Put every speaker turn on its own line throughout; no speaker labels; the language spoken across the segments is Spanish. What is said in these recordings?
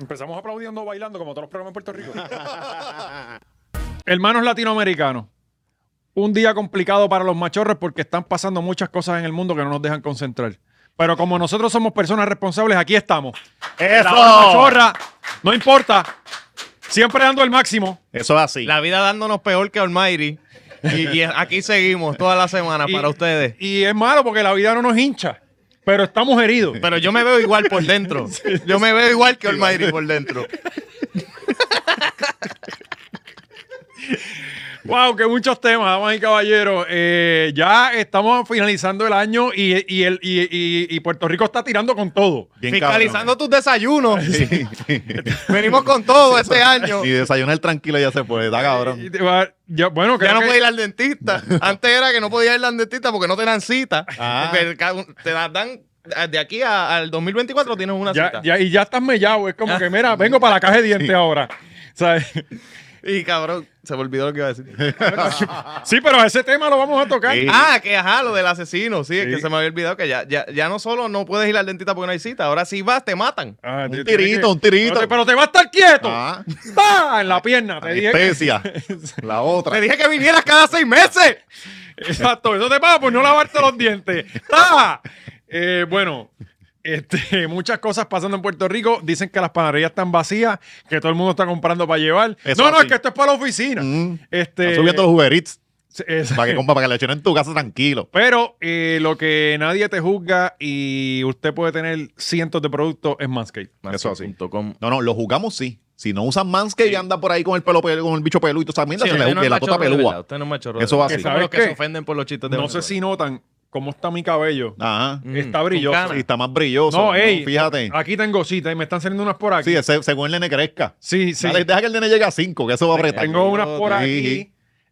Empezamos aplaudiendo, bailando, como todos los programas en Puerto Rico. Hermanos latinoamericanos, un día complicado para los machorros porque están pasando muchas cosas en el mundo que no nos dejan concentrar. Pero como nosotros somos personas responsables, aquí estamos. La hora
¡Eso!
machorra, no importa. Siempre dando el máximo.
Eso es así.
La vida dándonos peor que Almighty. Y, y aquí seguimos toda la semana para
Y-
ustedes.
Y es malo porque la vida no nos hincha, pero estamos heridos.
Pero yo me veo igual por dentro. Yo me veo igual que Almighty por dentro.
Wow, que muchos temas, damas y caballeros. Eh, ya estamos finalizando el año y, y el- y- y- y Puerto Rico está tirando con todo.
Bien
Fiscalizando
cabrón.
tus desayunos.
Sí, sí.
Venimos con todo este año.
Y desayunar tranquilo ya se puede, está
Y
cabrón.
te va- ya- bueno, creo
Ya no
que-
puedes ir al dentista. Antes era que no podías ir al dentista porque no te dan cita.
Ah.
Porque ca- te las dan de aquí a- al 2024 tienes una
ya-
cita.
ya- y ya estás mellado. Es como que, mira, vengo para la caja de dientes ahora. O sea,
Y cabrón, se me olvidó lo que iba a decir.
sí, pero ese tema lo vamos a tocar.
Sí.
Ah, que ajá, lo del asesino. Sí, es
Sí.
que se me había olvidado que ya, ya, ya no solo no puedes ir al dentista porque no hay cita. Ahora si vas, te matan.
Ah,
Un
tienes
tirito, un tirito.
Pero te, pero te va a estar quieto.
Ah.
¡Ta! En la pierna. Te dije que-
Especia. La otra.
Te dije que vinieras cada seis meses.
Exacto, eso te pasa por no lavarte los dientes. ¡Ah! Eh, bueno, este, muchas cosas pasando en Puerto Rico. Dicen que las panaderías están vacías, que todo el mundo está comprando para llevar.
Eso
no, no,
así.
es que esto es para la oficina.
Mm.
Este,
Está subiendo los Uber Eats
es-
para que, compa, para que le echen en tu casa tranquilo.
Pero eh, lo que nadie te juzga y usted puede tener cientos de productos es Manscaped.
Eso sí.
Punto com.
No, no, lo jugamos sí. Si no usan Manscaped y anda por ahí con el pelo pelu- con el bicho peludo y toda esa mierda,
Sí,
se le
usted no
juzgue,
es
la tota
machorro de verdad,
pelúa.
Usted no es machorro.
Eso
va
así.
Como los
¿Sabes
que se
qué?
ofenden por los chistes de
No sé si
Venezuela.
notan cómo está mi cabello.
Ajá.
Mm,
está
con
brilloso.
canas.
Y está más brilloso.
No, ey,
Fíjate.
Aquí tengo citas y me están saliendo unas por aquí.
Sí, ese- según el nene crezca.
sí, sí.
Dale, deja que el nene llegue a 5, que eso va a apretar.
Tengo unas por
Sí.
aquí.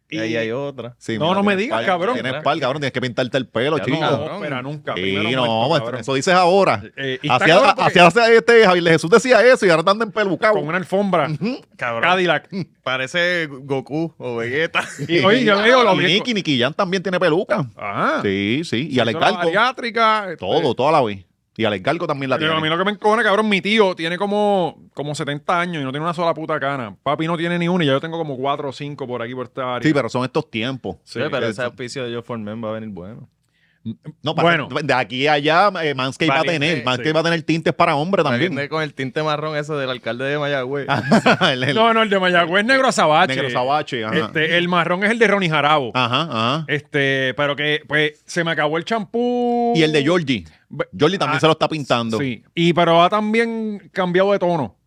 Y ahí hay otra.
Sí,
No, no me
tienes
digas,
pal-
cabrón.
Tienes pal, cabrón, tienes que pintarte el pelo,
Ya
chico.
no,
No,
cabrón.
espera nunca. primero
Sí, no,
muerto,
pues,
cabrón.
eso dices ahora.
Eh, y está
hacia,
cabrón porque-
hacia- hacia este, Javier de Jesús decía eso y ahora están en pelucao.
Con una alfombra.
Cabrón.
Cadillac.
Parece Goku o Vegeta.
Y, oye, yo me digo lo
Y
mismo.
Nicky, Nicky Jan también tiene peluca.
Ah,
Sí, sí. Y
hizo
Alex
la
Garco.
bariátrica. este,
Todo, toda la vez. Y Alex Garco también la
Pero a mí
tiene.
lo que me encojona, cabrón, mi tío tiene como, como 70 años y no tiene una sola puta cana. Papi no tiene ni una y ya yo tengo como 4 o 5 por aquí por esta área.
Sí, pero son estos tiempos.
Sí, eh,
Oye, pero
eso.
ese auspicio de Yo For Men va a venir bueno.
No, para-
Bueno.
de aquí a allá, eh, Manscaped va a
Valiente,
tener. Manscaped
sí.
va a tener tintes para hombre
Va a
también. Ah.
venir con el tinte marrón ese del alcalde de Mayagüez.
el, el
No, no, el de Mayagüez negro azabache.
negro sabache. Ajá. Ah.
Este, el marrón es el de Ronnie Jarabo.
ajá, ajá.
Este, pero que pues se me acabó el champú.
Y el de Georgie.
Be-
Georgie también
Ah,
se lo está pintando. Sí.
Sí. Y pero ha también cambiado de tono.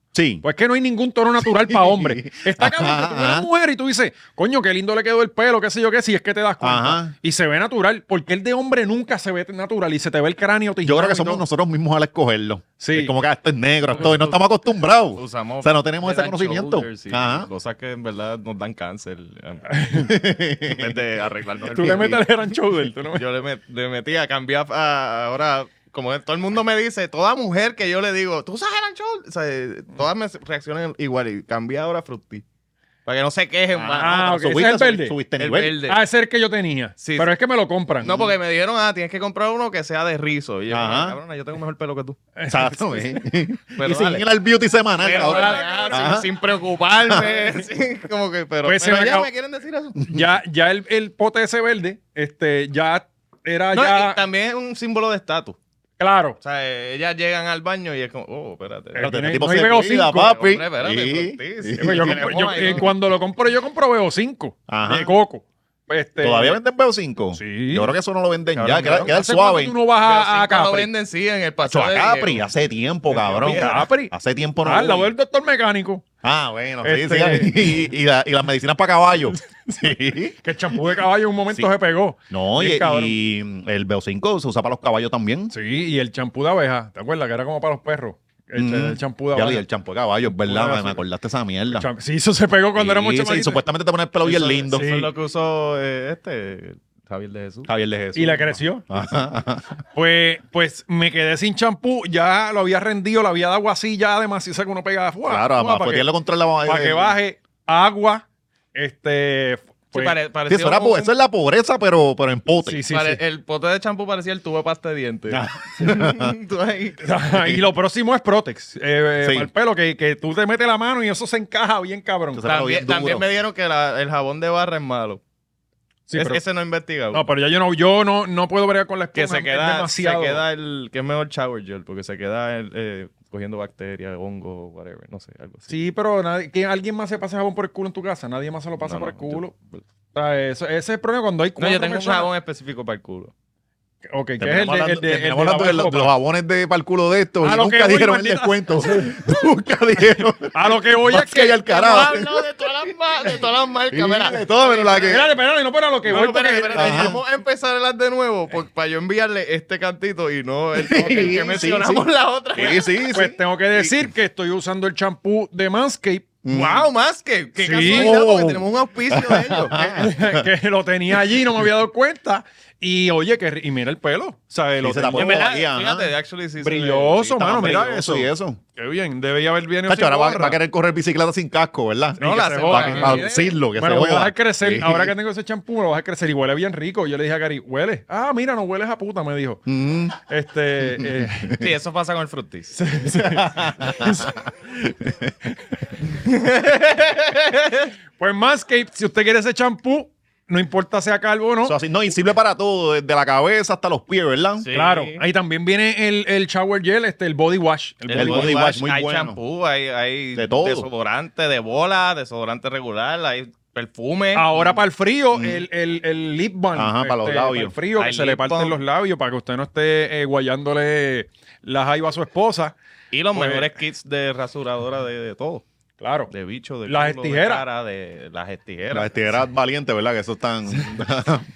Pues que no hay ningún tono natural para hombre. Está cabrón que tú eres
Ajá.
mujer y tú dices, coño, qué lindo le quedó el pelo, qué sé yo qué, si es que te das cuenta.
Ajá.
Y se ve natural, porque el de hombre nunca se ve natural y se te ve el cráneo
Yo
tiznado
creo que
y
somos
todo.
nosotros mismos al escogerlo.
Sí.
Es como que ah, esto es negro, esto y no estamos acostumbrados. o sea, no tenemos ese
head and
conocimiento.
shoulders y
Ajá.
Cosas que en verdad nos dan cáncer. en vez de arreglarnos el
Tú le
pipí.
metes el head and shoulder, tú no me-
Yo le, met- le metí a cambiar a- ahora. Como todo el mundo me dice, toda mujer que yo le digo, ¿tú usas el anchor? O sea, eh, todas me reaccionan igual y cambié ahora a Fructi. Para que no se quejen más.
Ah, ok, ese
subiste,
es el
subiste,
verde.
subiste
El
nivel.
verde.
Ah, ese es el que yo tenía.
Sí,
pero
sí.
es que me lo compran.
No, porque me dijeron, ah, tienes que comprar uno que sea de rizo. Y yo,
Ajá.
cabrona, yo tengo mejor pelo que tú.
Exacto, ¿eh?
Pero
y sin
dale.
ir al beauty semanal,
Pero,
cabrón.
ah,
Ajá.
sin, sin preocuparme. sí, como que, pero,
Pues se
pero
me
ya
acabó.
me quieren decir eso.
Ya, ya el, el pote ese verde, este, ya era
No,
ya.
y también es un símbolo de estatus.
Claro.
O sea, eh, ellas llegan al baño y es como, oh, espérate.
Eh,
Espérate,
tiene-
el tipo
no
se
hay Vego
cuida,
cinco.
papi.
Hombre, espérate,
Sí,
Fructis.
sí.
Yo- yo-
Tenemos
yo-
ahí,
eh,
¿no?
cuando lo compro, yo compro Veo 5
Ajá.
de coco. Este,
¿Todavía venden Veo 5?
Sí.
Yo creo que eso no lo venden
Cabrón,
ya. Queda,
cabrón,
queda el
¿hace cuánto
suave.
Tú no vas a, a
Pero sí, lo
Capri?
venden, sí, en el
Ocho,
paseo
a
de
Capri,
Diego.
hace tiempo, cabrón.
Capri.
Hace tiempo no.
Ah, al lado
voy.
del doctor mecánico.
Ah, bueno, sí,
Este-
sí. Y, y la- y las medicinas para caballo. sí.
Que el champú de caballo en un momento
Sí.
se pegó.
No,
Bien
y,
cabrón.
y el Veo 5 se usa para los caballos también.
Sí, y el champú de abeja. ¿Te acuerdas? Que era como para los perros. El,
Mm.
el champú de
Ya,
abeja.
y el champú de caballo, es
Champú de
verdad, me
basura.
acordaste esa mierda.
Champ- Sí, eso se pegó cuando era
Sí,
mucho
sí, supuestamente te pone el pelo bien
Eso-
lindo. Ah,
Eso es lo que usó eh, este, Javier de Jesús.
Javier de Jesús.
Y le creció.
Ajá, ajá.
Pues, pues me quedé sin champú. Ya lo había rendido, lo había dado así ya demasiado. O sea, que uno pega fuá,
Claro,
fuá,
además,
para, que,
fue contra la
para que baje agua, este, Pues,
pare-
Sí,
parecía
eso, era
un-
po- eso es la pobreza, pero, pero en pote.
sí, sí,
pare-
sí.
El pote de champú parecía el tubo de pasta de dientes. Tú ahí-
y lo próximo es Protex. eh,
Sí.
para el pelo, que, que tú te metes la mano y eso se encaja bien cabrón.
Entonces, Sácalo bien
también,
duro.
también me dieron que la- el jabón de barra es malo.
Sí,
Es-
pero-
Ese no he investigado.
no, pero ya yo no, yo no, no puedo bregar con la espuma.
que se
es
queda, se
demasiado.
queda el que es mejor shower gel porque se queda el, eh, cogiendo bacterias, hongo, whatever, no sé, algo así.
Sí, pero nadie, que alguien más se pase jabón por el culo en tu casa. Nadie más se lo pasa
No,
por
no,
el culo.
yo-
O sea, eso- ese es el problema cuando hay
no,
cuatro
yo tengo un
personas-
jabón específico para el culo.
Ok, que es el
Terminamos
de, el
hablando-
de- el de
terminamos hablando de,
lavar
los- de
ropa.
los jabones de pa'l culo de esto
A lo
y
que
nunca
voy,
dijeron el
maldita-
descuento. nunca dijeron.
A lo que voy
Más
es que...
que al carajo.
de todas las, ma- de todas las marcas, mira.
Y de todo menos la que-
Espérate, espérate, no, pero a lo que ah,
No,
voy...
espérate,
porque-
espérate,
Ajá. Eh.
Vamos a empezarlas de nuevo por- para yo enviarle este cantito y no el, el
Sí,
que
sí,
mencionamos la otra.
Sí, sí, sí.
Pues tengo que decir que estoy usando el champú de Manscaped.
Wow, más que qué
Sí.
casualidad, porque
Mm. Oh. Ah,
tenemos un auspicio de ellos. Eh,
que lo tenía allí, no me había dado cuenta. Y oye, que y mira el pelo. O sea, lo
Sí, se
tengo-
tapó.
en verdad,
Todavía,
fíjate, actually sí se ve-
Brilloso,
sí,
mano, mira
brilloso
eso.
Y eso.
Qué bien, debía haber bien
Cacho, ahora va, va a querer correr bicicleta sin casco, ¿verdad?
No,
que
la
se
se
joda,
va,
que-
Para
¿eh?
decirlo, que
Bueno,
se
voy a
joda.
dejar crecer.
Sí.
Ahora que tengo ese champú, lo voy a dejar crecer y huele bien rico. Yo le dije a Gary, huele. Ah, mira, no hueles a puta, me dijo.
Mm.
Este, eh,
Sí, eso pasa con el fructis.
pues Manscaped, si usted quiere ese champú, no importa sea calvo o no.
Eso así, no, y sirve para todo, desde la cabeza hasta los pies, ¿verdad?
Sí.
Claro, ahí también viene el, el shower gel, este, el body wash. El
El body wash, muy
hay
bueno.
champú, hay, hay
De todo.
desodorante de bola, desodorante regular, hay perfume.
Ah,
Ahora para el frío, el, el, el lip balm.
Mm. Ajá, para los labios.
el frío, que
Hay
se le
lip
parten
balm.
los labios para que usted no esté eh, guayándole la jaiba a su esposa.
y los
Pues-
mejores kits de rasuradora de, de todo.
Claro.
De bicho, de
Las
culo, de
tijeras.
cara, de las tijeras.
La estileras Este, valiente, ¿verdad? Que eso están.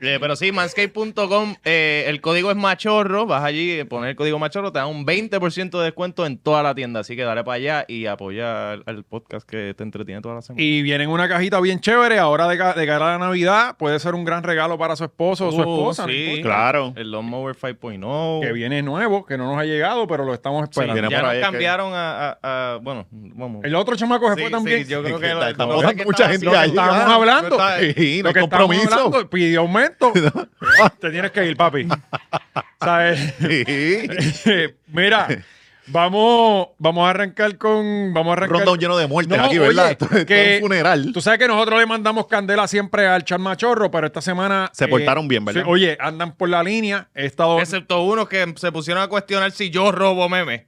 Eh, pero sí, manscape.com, eh, el código es machorro, vas allí, eh, poner el código machorro, te da un 20% de descuento en toda la tienda, así que dale para allá y apoya al, al podcast que te entretiene toda la semana.
Y viene en una cajita bien chévere. Ahora de, ca- de cara a la Navidad puede ser un gran regalo para su esposo o
Uh,
su
Oh,
esposa. no
sí.
importa,
claro.
el Lawnmower 5.0.
Que viene nuevo, que no nos ha llegado, pero lo estamos
Sí,
esperando.
viene
Pues, ya
por
nos
ahí, es que-
cambiaron a, a- a- Bueno, vamos.
El otro chamaco se
Sí,
fue
sí,
también.
yo creo que...
Está-
lo-
está
lo-
votando
que
mucha
estaba
gente
haciendo-
ahí.
Estábamos
Ah,
hablando.
está-
Sí, no
Lo
hay
que
compromiso.
estamos hablando, pidió aumento. Te tienes que ir, papi. ¿Sabes?
Sí.
Eh, Mira, vamos, vamos a arrancar con. Vamos a arrancar.
Rondón lleno de muertes
No,
aquí, ¿verdad?
oye,
Esto esto es
que-
un funeral.
Tú sabes que nosotros le mandamos candela siempre al charmachorro, pero esta semana. eh,
Se portaron bien, ¿verdad?
sí, oye, andan por la línea. He estado.
Excepto uno que se pusieron a cuestionar si yo robo meme.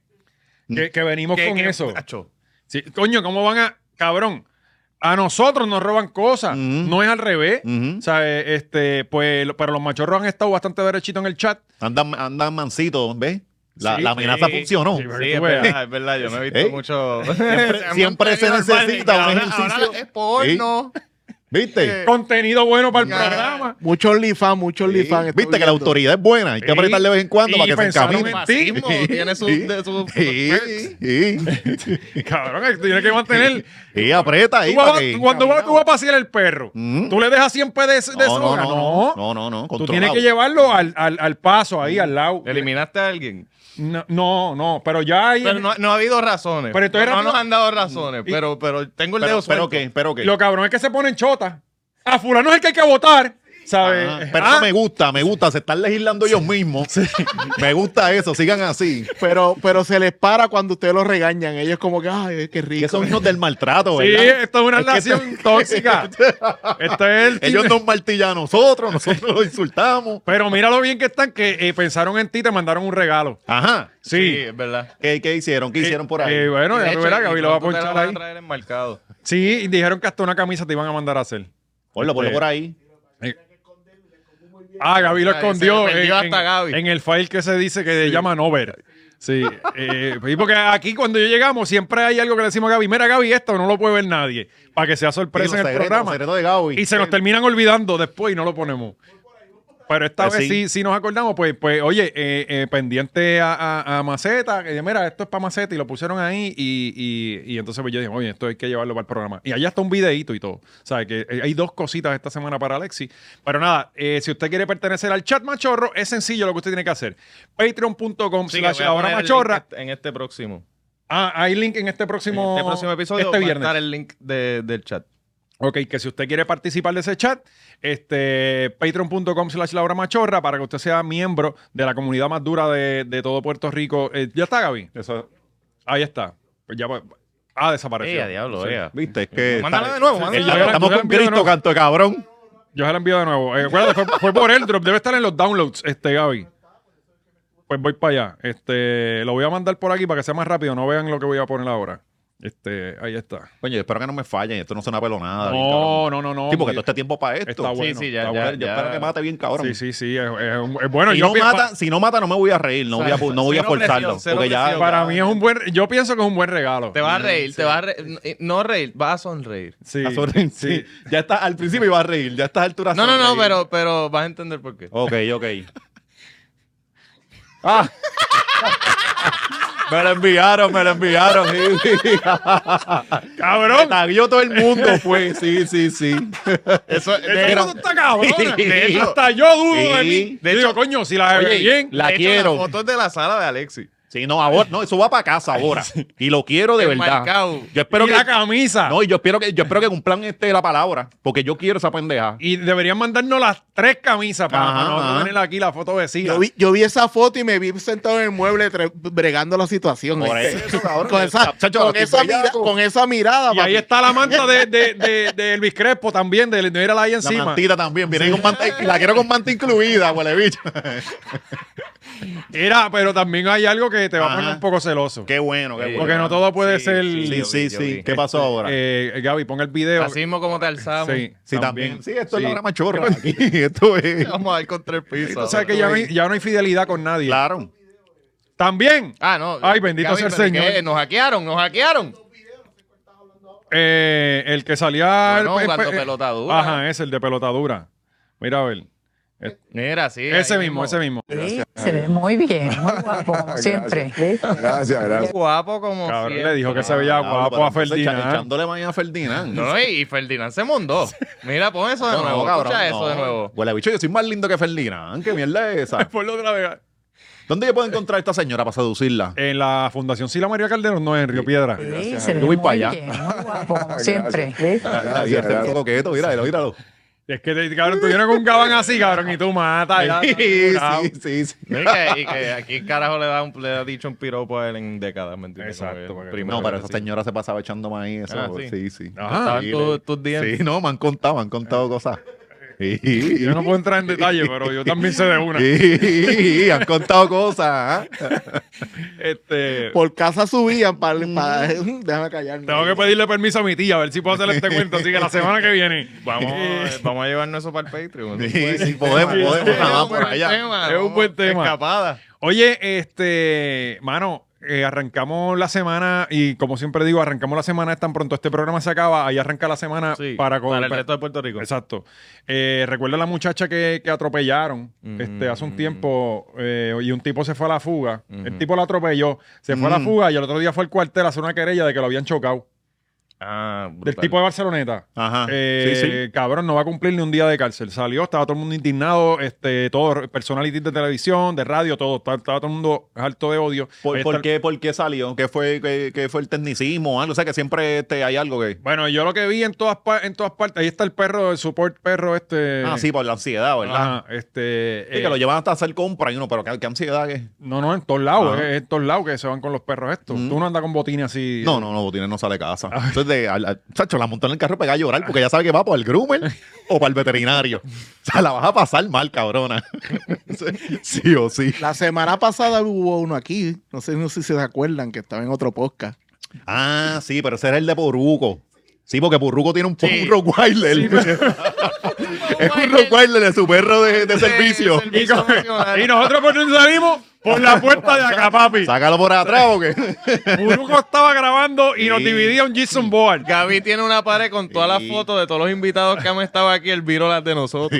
Que, que venimos
Que-
con
que-
eso.
Acho.
Sí, coño, ¿cómo van a. Cabrón, a nosotros nos roban cosas.
Ujú.
No es al revés.
Ujú.
O sea, eh, este, pues, lo- pero los machorros han estado bastante derechitos en el chat.
Andan, andan mansitos, ¿ves? La,
Sí,
la amenaza
sí.
funcionó.
Sí, pero-
Sí,
tú
es
veas.
verdad, es verdad, yo me he visto
¿Eh?
mucho...
Siempre- siempre se necesita un
Ahora-
ejercicio.
ahora es porno.
¿Viste?
Contenido bueno para el
Ya.
programa.
Muchos OnlyFans, muchos
Sí.
OnlyFans. estoy
Viste que la
viendo.
autoridad es buena, hay que
Sí.
apretar de vez en cuando
Y
para que se
pensaron
encamine.
en-
Fascismo, tiene su...
Sí.
de su-
Sí, sí.
Cabrón, que tú tienes que mantener.
Sí, aprieta ahí
Tú vas-
para que...
cuando vas- tú
caminado.
vas a pasear el perro,
Mm.
tú le dejas 100 pesos de, de
No, no,
soga.
no,
No,
no, no, no,
tú tienes
controlado. Mm.
que llevarlo al, al- al paso, ahí, al lado.
Eliminaste a alguien.
No, no, no, pero ya hay.
Pero no, no ha habido razones.
Pero entonces
no, no
rápido-
nos han dado razones,
Y-
pero, pero tengo el
Pero,
dedo
pero
suelto.
qué, pero qué.
Lo cabrón es que se ponen chotas. A fulano es el que hay que votar, ¿sabes?
Ah, pero
Ah,
eso me gusta, me gusta. Se están legislando ellos mismos. Me gusta eso, sigan así.
Pero, pero se les para cuando ustedes los regañan. Ellos como que, ay, qué rico.
Que son hijos del maltrato,
Sí,
¿verdad?
esto es una
Es que
relación tóxica. Esto es el
Ellos nos martillan a nosotros, nosotros los insultamos.
Pero mira lo bien que están, que eh, pensaron en ti, te mandaron un regalo.
Ajá.
Sí.
es verdad.
¿Qué, qué hicieron? ¿Qué hicieron por ahí?
Eh, bueno,
Y de
ya tú
hecho,
verás,
y
Gaby lo va a
pronto te
ponchar
van
ahí.
traer enmarcado.
Sí, y dijeron que hasta una camisa te iban a mandar a hacer.
ponlo,
eh,
ponlo por ahí.
Ah, Gaby lo
Ah, se
escondió
lo
en,
perdió
en-
hasta Gaby.
en el file que se dice que se llama Nover. Sí, eh, y porque aquí cuando yo llegamos siempre hay algo que le decimos a Gaby, mira Gaby, esto no lo puede ver nadie, para que sea sorpresa en el programa.
secreto de Gaby.
Y se nos terminan olvidando después y no lo ponemos. Pero esta
Pues
vez sí.
sí.
sí nos acordamos, pues, pues oye, eh, eh, pendiente a, a- a Maceta, que mira, esto es para Maceta y lo pusieron ahí y, y- y entonces pues, yo dije, oye, esto hay que llevarlo para el programa. Y allá está un videíto y todo. O sea, que eh, hay dos cositas esta semana para Alexi. Pero nada, eh, si usted quiere pertenecer al chat machorro, es sencillo lo que usted tiene que hacer. Patreon.com
Sí, que
slash
voy a
ahora
poner el
machorra.
link En este próximo.
Ah, hay link en este próximo,
en este próximo episodio
Este
va a
viernes.
estar el link de- del chat.
Ok, que si usted quiere participar de ese chat, este, patreon.com slash Laura Machorra para que usted sea miembro de la comunidad más dura de, de todo Puerto Rico. Eh, ¿Ya está, Gaby?
Eso,
Ahí está. Pues ya, pues, ah, desapareció.
Ey, a diablo,
Sí.
oiga.
viste, es que.
Mándalo de nuevo,
sí, ya
mándalo de nuevo.
Estamos
Yo la
con
envío de
Cristo,
nuevo.
canto de cabrón.
Yo se la envío de nuevo. Eh, acuérdate, fue, fue por airdrop. Debe estar en los downloads, este, Gaby. Pues voy para allá. Este, lo voy a mandar por aquí para que sea más rápido. No vean lo que voy a poner ahora. Este, ahí está.
Coño, yo espero que no me fallen. Esto no suena pelonada. bien, cabrón.
No, no, no, no.
Sí, porque
muy-
todo este tiempo para esto.
Está bueno.
sí, ya,
está
ya,
bueno.
Yo espero que mate bien, cabrón.
Sí, sí, sí. Es, es un- es bueno.
si,
yo
no
pi- pa-
mata, si no mata, no me voy a reír, no voy a, no voy a
Cero presión,
forzarlo.
cero
porque ya,
presión.
para mí es un buen. Yo pienso que es un buen regalo.
Te vas a reír, te vas a reír. No reír, vas a sonreír.
Sí.
ya sonreí- sí. ya está, al principio iba a reír, ya a estas alturas.
No, no, no,
sonreí.
pero, pero vas a entender por qué.
Ok, ok. Ah. me lo enviaron, me lo enviaron. sí, sí. Me
¡Cabrón!
tagueó todo el mundo, fue. Sí, sí, sí.
Eso,
¡Este
hecho,
mundo está cabrón!
De hecho-
Hasta yo dudo de
Sí.
mí.
De
Yo
hecho-
digo, coño, si la ve
Oye,
bien.
la
La
quiero.
foto es de la sala de Alexi.
Sí, no, ahora, no, eso va para casa ahora. Y lo quiero de verdad.
Enmarcado.
Yo espero
y
que
la camisa.
No, y yo espero que yo espero que cumplan este la palabra, porque yo quiero esa pendeja.
Y deberían mandarnos las tres camisas para,
Ajá,
para nosotros
ajá.
tener aquí la foto vecina.
Yo vi, yo vi esa foto y me vi sentado en el mueble tre- bregando la situación.
Por
¿eh?
eso, cabrón.
con, esa,
Chacho,
con,
estoy
esa mira-
bellaco.
con esa mirada.
Y ahí
papi.
está la manta de, de, de, de Elvis Crespo también, de, de la ahí
La
encima.
mantita también, viene con manta, y la quiero con manta incluida, huele bicho.
Era, pero también hay algo que te va a poner
Ajá.
un poco celoso.
Qué bueno, qué bueno.
Porque no todo puede
Sí,
ser.
sí,
Sí,
Yo
sí,
vi, yo
sí.
vi.
¿Qué pasó ahora?
Eh, Gaby, pon el video.
Así mismo como te alzamos.
Sí,
sí, también. Sí, esto es la grama chorra. Aquí, esto es.
Vamos a ir con tres pisos.
O sea que ya no, hay, ya no hay fidelidad con nadie.
Claro.
También.
Ah, no.
Ay, bendito sea el
pero
Señor.
¿qué? Nos hackearon, nos hackearon.
Eh, el que salía.
Bueno,
el pe-
jugando
pe-
pelotadura.
Ajá, es el de pelotadura. Mira a ver.
Mira, sí.
ese
ahí
mismo, ese mismo.
Se ve muy bien, muy guapo, como siempre.
Gracias, gracias.
Guapo como
Cabrón,
siempre.
le dijo que se veía
Claro,
guapo
pero
a
entonces, echa-
Ferdinand.
Echándole mañana a Ferdinand.
No, y y Ferdinand se mondó. Mira, pon eso de
No,
nuevo.
cabrón,
Escucha
no.
eso de nuevo.
Huele bicho, yo soy más lindo que Ferdinand. ¿Qué mierda es esa?
Por otra vez.
¿Dónde yo puedo encontrar a esta señora para seducirla?
En la Fundación Sila María Calderón, no, en Río Piedra.
Se ve
Yo voy
muy
pa' allá.
bien, muy guapo, como siempre.
Ay, este
gracias.
coqueto, míralo, míralo.
Es que, te- cabrón, tú vienes con un gabán así, cabrón, y tú matas. ya,
Sí,
curado.
sí, sí, sí.
No, Y que, y que aquí carajo le, da un, le ha dicho un piropo a él en décadas, ¿me entiendes? Como
Exacto,
que
porque-
primero
No, pero
que
esa
sí.
señora se pasaba echando maíz. Eso,
Ah, sí.
sí, sí. sí.
Ajá.
Estaban tus- tus dientes.
no, me han contado, me han contado cosas. Sí,
Yo no puedo entrar en detalle, pero yo también sé de una.
sí, han contado cosas. ¿ah?
Este,
Por casa subían para... déjame
Mm.
callarme.
tengo que pedirle permiso a mi tía, a ver si puedo hacerle este cuento. Así que la semana que viene.
Vamos, eh, vamos a llevarnos eso para el Patreon.
Sí,
Eso puede
sí,
ser
podemos,
tema.
podemos,
Es
nada más
un
por
buen
allá.
tema,
Es un buen tema.
Escapada.
Oye, este, mano, eh, arrancamos la semana y como siempre digo, arrancamos la semana, es tan pronto este programa se acaba, ahí arranca la semana
Sí,
para,
para,
co-
el resto de Puerto Rico.
Exacto. Eh, recuerda la muchacha que, que atropellaron este, hace un
Mm.
tiempo eh, y un tipo se fue a la fuga. El tipo la atropelló, se fue a la
Mm.
fuga y el otro día fue al cuartel a hacer una querella de que lo habían chocado.
Ah,
Del
brutal.
tipo de Barceloneta.
Ajá.
Eh, Cabrón, no va a cumplir ni un día de cárcel. Salió, estaba todo el mundo indignado, este, todo, personality de televisión, de radio, todo, estaba, estaba todo el mundo harto de odio.
¿Por,
Ahí
por
está-
qué, por qué salió? ¿Qué fue, qué, qué fue el tecnicismo? o algo? O sea, que siempre este, hay algo que.
Bueno, yo lo que vi en todas, pa- en todas partes, ahí está el perro, el support perro este.
Ah, sí, por la ansiedad, ¿verdad?
Ajá, este,
Sí,
eh,
que lo llevan hasta hacer compra y uno, pero qué, qué ansiedad que es.
No, no, en todos lados,
Ajá.
es en todos lados que se van con los perros estos.
Mm.
Tú no andas con botines así.
No, no, no, Botines no sale de casa. Entonces, de, al- al- chacho, la montó en el carro y pega a llorar porque ya sabe que va para el groomer o para el veterinario. O sea, la vas a pasar mal, cabrona. sí o sí.
La semana pasada hubo uno aquí, no sé, no sé si se acuerdan, que estaba en otro podcast.
Ah, sí, pero ese era el de Poruco. Sí, porque Poruco tiene un,
Sí.
un Rockwilder. es un Rockwilder de su perro de, de servicio.
Y, co-
nacional.
y nosotros por dónde salimos por la puerta de acá, papi.
Sácalo por atrás o qué.
Buruco estaba grabando y nos
Sí.
dividía un Jason Board.
Gaby tiene una pared con todas las
Sí.
fotos de todos los invitados que han estado aquí, el viro las de nosotros.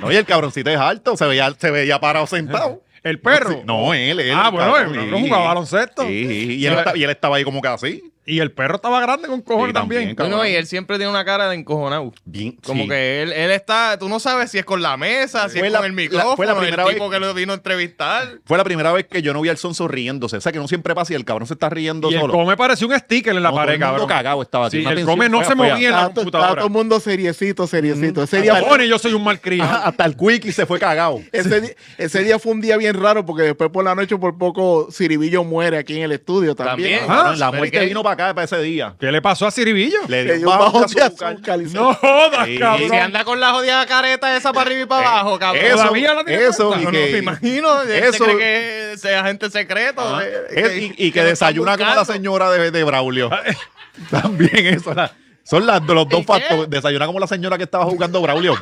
No, y el cabroncito es alto, se veía, se veía parado sentado.
El perro.
No, él, él.
Ah, bueno,
cabrón,
él
sí.
jugaba baloncesto.
Sí, y él, esta- y él estaba ahí como que así.
Y el perro estaba grande con cojones
Sí, también,
también.
cabrón.
No, y él siempre tiene una cara de encojonado.
Bien,
Como
sí.
que él, él está, tú no sabes si es con la mesa, si
Fue
es
la-
con el
la-
micrófono,
fue la primera
el tipo
vez-
que lo vino a entrevistar.
Fue la primera vez que yo no vi al Sonso riéndose. O sea, que no siempre pasa y el cabrón se está riendo
Y el
solo.
come parecía un sticker en la
No, todo
pared,
el mundo
cabrón.
cagado estaba.
Sí,
tío, una
el
tensión
come no
fea,
se
fea.
movía en la
Estaba to- estaba
computadora. Mm.
todo el mundo seriecito, seriecito. Ese día, fue,
Cojones, yo soy un mal criado.
Ajá, hasta el quick y se fue cagado.
ese, di- ese día fue un día bien raro porque después por la noche por poco Ciribillo muere aquí en el estudio también.
También.
Ajá.
Cabrón, la
¿pero
muerte
qué?
Ah, vino para acá para ese día.
¿Qué le pasó a Ciribillo?
Le
Le
dio
dio un bajón de azúcar y se-
No jodas,
Sí.
Y si
cabrón.
anda con la jodida careta esa para arriba y para abajo, cabrón.
Eh, eso,
Todavía la tiene
eso,
puesta.
y
No, no,
que-
me imagino.
eso-
Eso. este Cree que es agente secreto.
Ajá.
eh,
ah, Es- y, y que,
lo están
desayuna como la
buscando. Ah, eh.
señora de, de Braulio. También eso. la- son las- los dos
¿Y qué?
factores. Desayuna como la señora que estaba jugando Braulio. O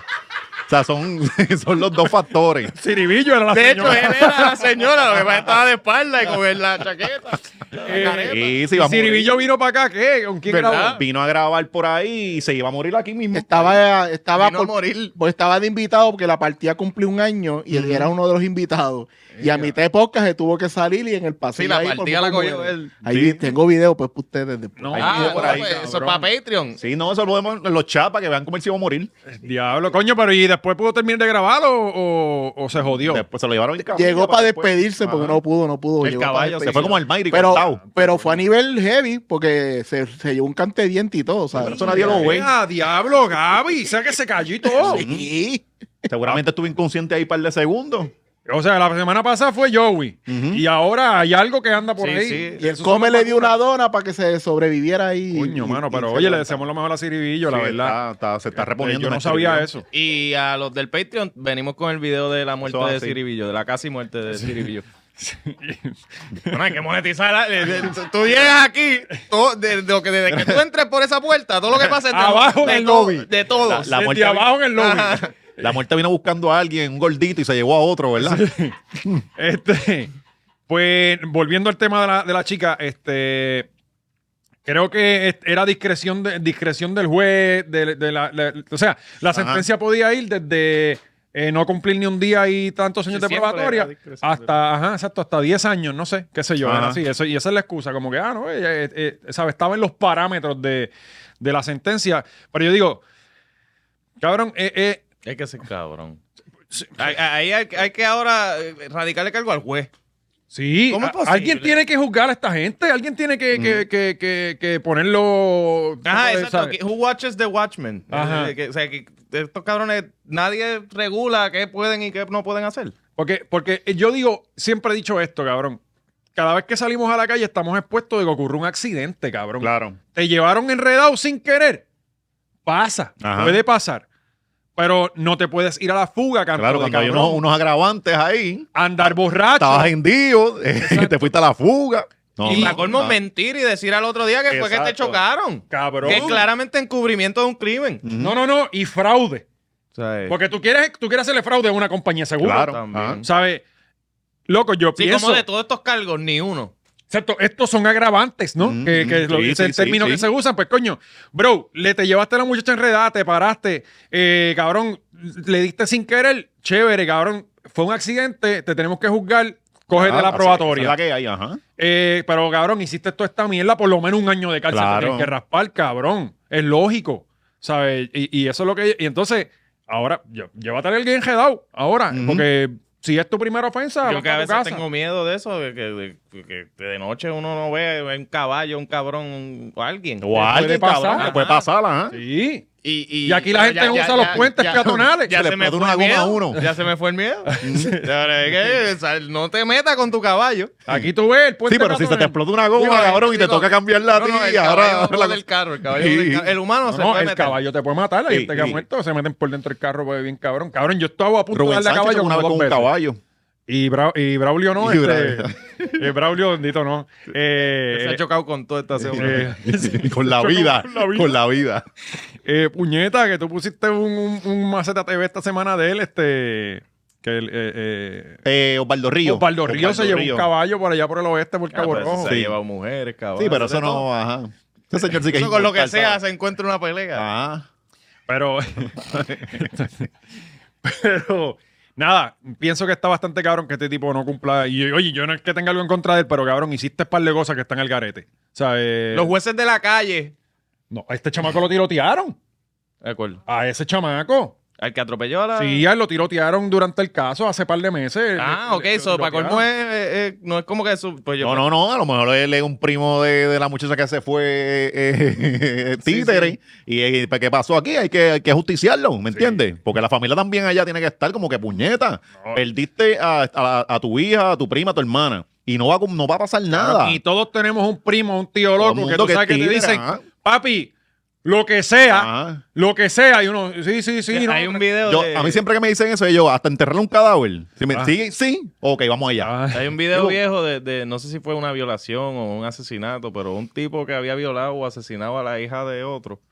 sea, son, son los dos factores.
Ciribillo era la
De hecho,
señora.
eh,
él era la señora, lo que pasa es que estaba de espalda y con la chaqueta. la careta.
Eh, Y se
Y
iba a morir.
Ciribillo vino para acá, ¿qué? ¿Con quién
¿Verdad?
grabó?
Vino a grabar por ahí y se iba a morir aquí mismo.
Estaba, estaba
Vino a
por-
morir.
pues estaba de invitado porque la partida cumplió un año y él era uno de los invitados. Y a mitad de podcast se tuvo que salir y en el pasillo.
Sí, la
ahí por
partida la
poco
cogió
muere.
él.
Ahí
Sí.
vi- tengo video pues para ustedes después.
No,
Ahí
Ah,
vive por
no,
ahí,
pues, eso es
cabrón.
para Patreon.
Sí, no, eso lo vemos en los chats para que vean cómo él se iba a morir.
Diablo, coño, pero ¿y después pudo terminar de grabar o, o- o se jodió?
Después se lo llevaron en cabrilla
Llegó para
después.
despedirse porque
Ajá.
no pudo, no pudo.
El
llegó para
caballo se fue
despedirse.
como el Mayri.
pero, pero fue a nivel heavy porque se, se llevó un cante de diente y todo, ¿sabes?
Pero eso nadie lo ve.
Ah, diablo, Gaby, o sea que se cayó y todo.
Sí.
Seguramente estuve inconsciente ahí un par de segundos.
O sea, la semana pasada fue Joey.
Ujú.
Y ahora hay algo que anda por
Sí,
ahí.
sí.
Y el
Eso
come
son
le dio
vacunas.
una dona para que se sobreviviera ahí.
Coño,
Y-
mano,
y
pero
se
oye, le
levantó.
deseamos lo mejor a Ciribillo, la
Sí,
verdad. Eh,
está- está- se está reponiendo.
Yo
en
no
este
sabía
video.
eso.
Y a los del Patreon venimos con el video de la muerte
Eso
de
así.
Ciribillo, de la casi muerte de Ciribillo. Bueno, hay que monetizar. la- de- de- tú llegas aquí, todo, de- de lo que- desde que tú entres por esa puerta, todo lo que pasa es de,
Abajo
de
del
to-
lobby.
De todos.
La
Desde
muerte-
abajo en el lobby.
Ajá.
La muerte vino buscando a alguien, un gordito, y se llevó a otro, ¿verdad?
Este, pues volviendo al tema de la, de la chica, este, creo que est- era discreción, de, discreción del juez, de, de la, de- o sea, la
Ajá.
sentencia podía ir desde eh, no cumplir ni un día y tantos años
Sí,
de
siempre era
probatoria
discreción
hasta, ajá, exacto, hasta 10 años, no sé, qué sé yo,
Ajá.
era así, eso, y esa es la excusa, como que, ah, no, ella, eh, eh, sabe, estaba en los parámetros de, de la sentencia, pero yo digo, cabrón, eh, eh,
Hay que ser cabrón. Ahí ahí hay, hay que ahora eh, radicarle cargo al juez.
Sí,
¿Cómo
a-
es posible?
alguien tiene que juzgar a esta gente, alguien tiene que,
Mm.
que, que, que, que ponerlo.
Ajá,
¿sabes?
exacto. que- Who watches the Watchmen?
Ajá.
Eh, que- o sea, que estos cabrones, nadie regula qué pueden y qué no pueden hacer.
Porque, porque yo digo, siempre he dicho esto, cabrón. Cada vez que salimos a la calle estamos expuestos de que ocurre un accidente, cabrón.
claro.
Te llevaron enredado sin querer. Pasa,
Ajá.
puede pasar. Pero no te puedes ir a la fuga, canto
Claro,
de
cuando hay
cabrón.
unos, unos agravantes ahí,
Andar borracho.
estabas hendido, eh, te fuiste a la fuga. No,
y
no,
para colmo
no.
mentir y decir al otro día que fue que te
Exacto.
chocaron.
Cabrón.
Que es claramente encubrimiento de un crimen.
No, no, no. Y fraude.
O sea,
Porque tú quieres, tú quieres hacerle fraude a una compañía segura.
eh. Claro.
También.
ajá.
¿Sabes? Loco, yo
sí,
pienso.
como de todos estos cargos, ni uno.
Exacto, estos son agravantes, ¿no?
Mm,
que que
mm,
lo-
sí,
ese es el
sí,
término
sí,
que
sí.
se usan, pues coño, bro, le te llevaste a la muchacha enredada, te paraste, eh, cabrón, le diste sin querer, chévere, cabrón, fue un accidente, te tenemos que juzgar, cógete
Ah,
la
sí,
probatoria.
esa es la que hay, ajá.
Eh, pero cabrón, hiciste toda esta mierda, por lo menos un año de cárcel
Claro.
te tienes que raspar, cabrón, es lógico, ¿sabes? Y, y eso es lo que... Y entonces, ahora, lle- llévate a alguien enredado, ahora,
Ujú.
porque si es tu primera ofensa,
Yo
vas
que
pa'
a
Ah, tu
veces
casa.
tengo miedo de eso, de que de, que de noche uno no ve un caballo, un cabrón, un- o alguien.
O a alguien,
pasar.
cabrón, que puede
Ajá.
pasar, ajá.
Sí.
Y,
Y aquí la gente usa los puentes peatonales.
Ya
Se
se,
le
me
explotó
fue
una
el
goma
miedo.
a uno.
Ya se me fue el miedo. Ya, pero es que, o sea, no te metas con tu caballo.
Aquí tú ves el puente
Sí, pero si se te
peatonal.
explota una goma,
Digo,
cabrón, y te
digo,
toca cambiarla a
No,
ti,
no, el
y ahora...
caballo no
ahora la-
del carro, el caballo
Sí.
del carro. El humano
No,
se
no,
puede
el
meter.
caballo te puede matar, la
Sí,
gente que ha
sí.
muerto se meten por dentro del carro, pues, bien cabrón. Cabrón, yo estaba a punto
Rubén
de darle a
Sánchez
caballo
una
como
vez
dos
con un
veces.
caballo.
Y, Bra- y Braulio no,
Y
este,
Braulio.
eh, Braulio bendito no. Eh,
Se ha chocado con este toda esta semana.
eh,
Con la
Chocó
vida,
con la vida.
con la vida.
eh, puñeta, que tú pusiste un, un, un maceta TV esta semana de él, este, que el, eh, eh,
Eh, Osvaldo Río.
Osvaldo Río se llevó
Río.
un caballo por allá por el oeste, por
Ah,
Cabo
pero eso
Rojo.
Se ha
Sí.
llevado mujeres, cabrón.
Sí, pero
hace
eso
todo.
no, ajá. Ese
Eh,
señor sí que Ah, es
Eso con lo que
inmortal,
sea
¿sabes?
se encuentra
ah.
una pelea.
Ah,
Pero. pero. Nada, pienso que está bastante cabrón que este tipo no cumpla. Y oye, yo no es que tenga algo en contra de él, pero cabrón, hiciste par de cosas que están al garete. O sea, eh,
Los jueces de la calle.
no, a este chamaco lo tirotearon.
De acuerdo.
A ese chamaco.
Al que atropelló a la.
Sí, a él lo tirotearon durante el caso hace par de meses.
Ah,
Le-
ok,
le-
so,
lo
para colmo
tirotearon.
es, eh, eh, no es como que su. Pues yo,
No, no, no. A lo mejor él es un primo de, de la muchacha que se fue eh, títere. Y eh, pues, ¿qué pasó aquí? Hay que, hay que justiciarlo, ¿me entiendes? Porque la familia también allá tiene que estar como que puñeta.
No.
Perdiste a, a- a tu hija, a tu prima, a tu hermana. Y no va, a- no va a pasar nada.
Y todos tenemos un primo, un tío
Todo el
loco que
mundo
tú sabes que, te
títere,
dicen,
ajá,
papi, lo que sea,
ajá.
lo que sea. Y uno, sí, sí, sí. no,
hay un video.
Ah. Yo-
de-
a mí siempre que me dicen eso, yo, hasta enterrar un cadáver. Si me,
Eh. Ah.
Sí, sí. Ok, vamos allá.
Ah,
Hay un video viejo de, de- no sé si fue una violación o un asesinato, pero un tipo que había violado o asesinado a la hija de otro.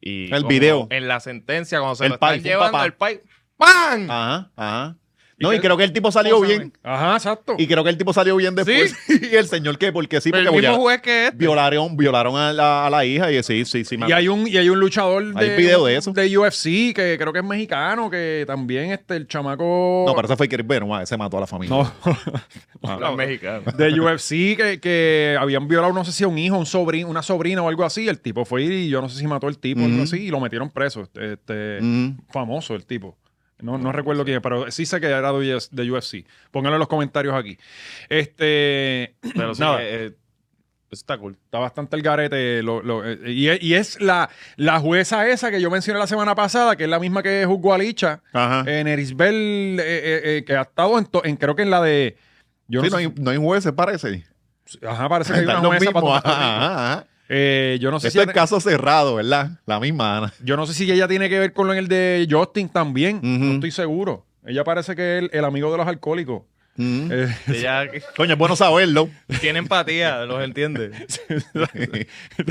Y
El
como
video.
En la sentencia, cuando se
El
lo están
pai, fue un
llevando
papá. Ah,
el pai. ¡Pam!
Ajá, ajá.
¿Y
No, y
qué-
creo que el tipo salió
cosa,
bien.
Ajá, exacto.
Y creo que el tipo salió bien después. y el señor que, porque sí,
Pero
porque
el mismo
voy a-
juez que este.
violaron, violaron a, la, a la hija y sí, sí, sí. me-
Y hay un, y hay un luchador
Hay un video de eso.
UFC que creo que es mexicano, que también este, el chamaco.
No, pero ese fue Chris Benoit, ese mató a la familia.
No.
ah.
Los mexicanos.
de UFC que, que habían violado, no sé si a un hijo, un sobrino, una sobrina o algo así. El tipo fue y yo no sé si mató al tipo o algo
Ujú.
así y lo metieron preso. Este, este,
Mm.
Famoso el tipo. No, no recuerdo quién es, pero sí sé que era de US de UFC. Pónganlo en los comentarios aquí. Este.
Pero sí,
nada.
eh, eh, eso está cool.
Pues Está bastante el garete. lo- lo- eh, y, es- y es la, la jueza esa que yo mencioné la semana pasada, que es la misma que juzgó a Licha,
Ajá.
en Erisbel, eh, eh, eh, que ha estado en, to- en- creo que en la de. Yo
Sí,
no
no,
sé
hay, no hay jueces, parece.
si- Ajá, parece que hay una
Están los
jueza para todo
mismos.
Puerto Rico.
Ajá, ajá.
Eh, yo, no sé si
Esto es
ella,
caso cerrado, ¿verdad? La misma, Ana.
yo no sé si ella tiene que ver con el de Justin también. No
Ujú.
estoy seguro. Ella parece que es el, el amigo de los alcohólicos.
Mm.
Eh,
Ella
Coño, es bueno saberlo.
tiene empatía, los entiende.
de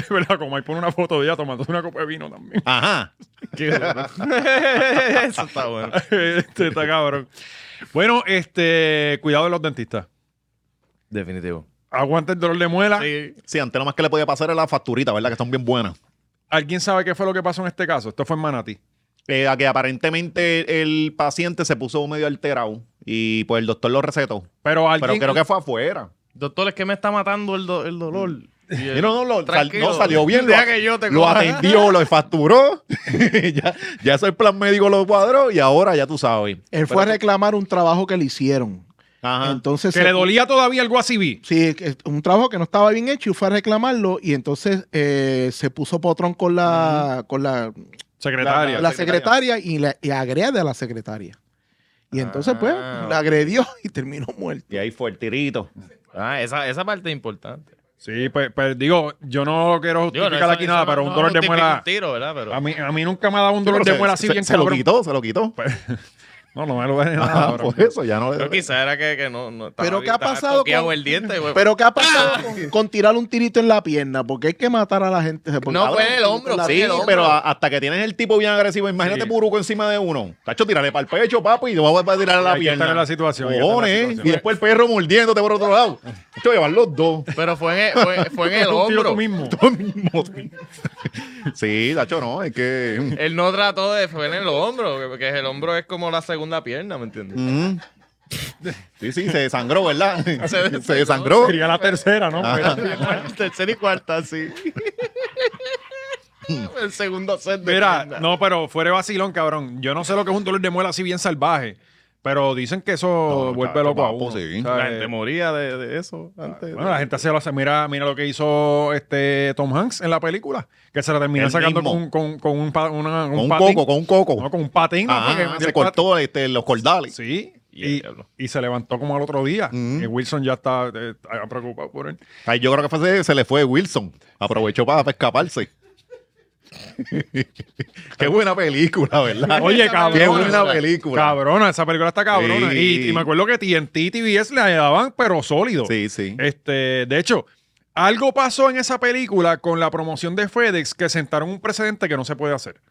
verdad, como ahí pone una foto de ella tomando una copa de vino también.
Ajá.
Qué duro. Eso está bueno.
este está cabrón. Bueno, este, cuidado de los dentistas.
Definitivo.
Aguanta el dolor de muela.
Sí.
Sí, antes lo más que le podía pasar era la facturita, ¿verdad? Que están bien buenas.
¿Alguien sabe qué fue lo que pasó en este caso? Esto fue en Manatí.
Eh, a que aparentemente el paciente se puso medio alterado y pues el doctor lo recetó.
Pero
Pero
alguien.
creo que fue afuera.
Doctor, es que me está matando el, do- el dolor. Y el-
Y no, no, lo- sal-
Tranquilo.
no salió bien. Lo,
Deja que yo te
lo
coja.
atendió, lo facturó. ya, ya eso el plan médico lo cuadró y ahora ya tú sabes.
Él fue a reclamar un trabajo que le hicieron.
Ajá.
Entonces,
Que le dolía todavía el guasibí.
Sí, que- un trabajo que no estaba bien hecho y fue a reclamarlo y entonces eh, se puso potrón con la, con la,
Secretaria.
La-
la secretaria y, la, y agrede a la secretaria. Y entonces, pues,
Ah, ok.
la agredió y terminó muerto.
y ahí fue el tirito.
Ah, esa, esa parte es importante.
Sí, pues, pues, digo, yo no quiero
Digo, no,
justificar
esa-
aquí nada,
esa
pero un
no- no
dolor de
justifica
muela.
un tiro, ¿verdad? Pero-
A mí, a mí nunca me ha dado un dolor
Pero
de
se-
muela así
se-
bien
se lo
cabrón.
quitó, se lo quitó.
No, no me lo dejes nada.
Ajá,
ahora.
por eso, ya no
Pero
le.
quizá era que, que no, no estaba
Pero
bien,
¿qué ha
estaba
pasado
toqueado
con-
el diente. güey.
Pero ¿qué ha pasado con, con tirar un tirito en la pierna? Porque hay que matar a la gente. se pone-
No, fue
Ahora,
en el
tirito
hombro,
la
sí,
Sí,
pierna.
hombre.
pero a- hasta que tienes el tipo bien agresivo, imagínate
Sí.
Puruco encima de uno. Tacho, tírale para el pecho, papi, y te vas a tirar a la
Hay que estar
pierna.
en la situación, hay que
Cojones,
estar en la
¿eh?
situación.
Y después el perro mordiéndote por otro lado. Tacho, llevar los dos.
Pero fue en el, fue, fue en el
Un tiro tú
hombro.
mismo.
Todo el mismo. Sí, Tacho, no, es que.
Él no trató de. Fue en el hombro. Porque el hombro es como la segunda pierna, ¿me entiendes?
Mm. Sí, sí, se desangró, ¿verdad?
Se-
Se desangró.
Sería la tercera, ¿no?
Ajá.
Pero-
Tercera y cuarta, sí. el segundo set de.
Mira,
pierna.
no, pero fuera de vacilón, cabrón. Yo no sé lo que es un dolor de muela así bien salvaje, pero dicen que eso
No,
vuelve
chacho,
loco a
papo,
uno.
sí.
O sea,
La
eh,
gente moría de, de eso Ah, antes.
Bueno, la gente se lo hace. Mira, mira lo que hizo este Tom Hanks en la película, que se la terminó
Él
sacando con,
mismo.
con, con un, pa- una-
Con un
patín.
coco, con un coco.
No, con un patín. ¿no?
Ajá,
Porque
se
directamente-
cortó este, los cordales.
Sí.
Y el
Y,
diablo.
y se levantó como al otro día.
Ujú.
Y Wilson ya está, eh, está preocupado por él.
Ay, yo creo que fue, se- se le fue Wilson. Aprovechó para, para escaparse. Qué buena película, ¿verdad?
Oye, cabrón.
Qué buena película.
Cabrona, esa película está cabrona.
Sí.
Y, y me acuerdo que TNT y TBS le daban, pero sólido.
Sí, sí.
Este, de hecho, algo pasó en esa película con la promoción de FedEx que sentaron un precedente que no se puede hacer.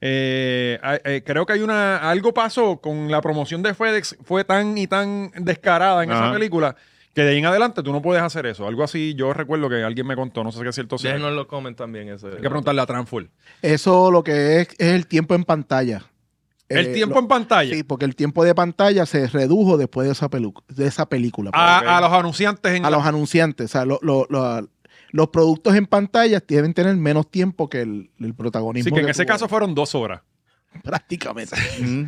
Eh, a- eh, creo que hay una. Algo pasó con la promoción de FedEx, fue tan y tan descarada en esa
Ajá.
película que de ahí en adelante tú no puedes hacer eso. Algo así, yo recuerdo que alguien me contó, no sé si es cierto. o sea.
Déjenos en los comments también eso.
Hay que preguntarle a Transfuel.
Eso lo que es es el tiempo en pantalla.
El
eh,
tiempo
lo-
en pantalla.
Sí, porque el tiempo de pantalla se redujo después de esa, pelu- de esa película.
a,
Ok.
a los anunciantes en
a
la-
los anunciantes. O sea, lo- lo- lo- los productos en pantalla deben tener menos tiempo que el, el protagonismo.
Así que en ese
tuvo.
caso fueron dos horas.
prácticamente.
Mm.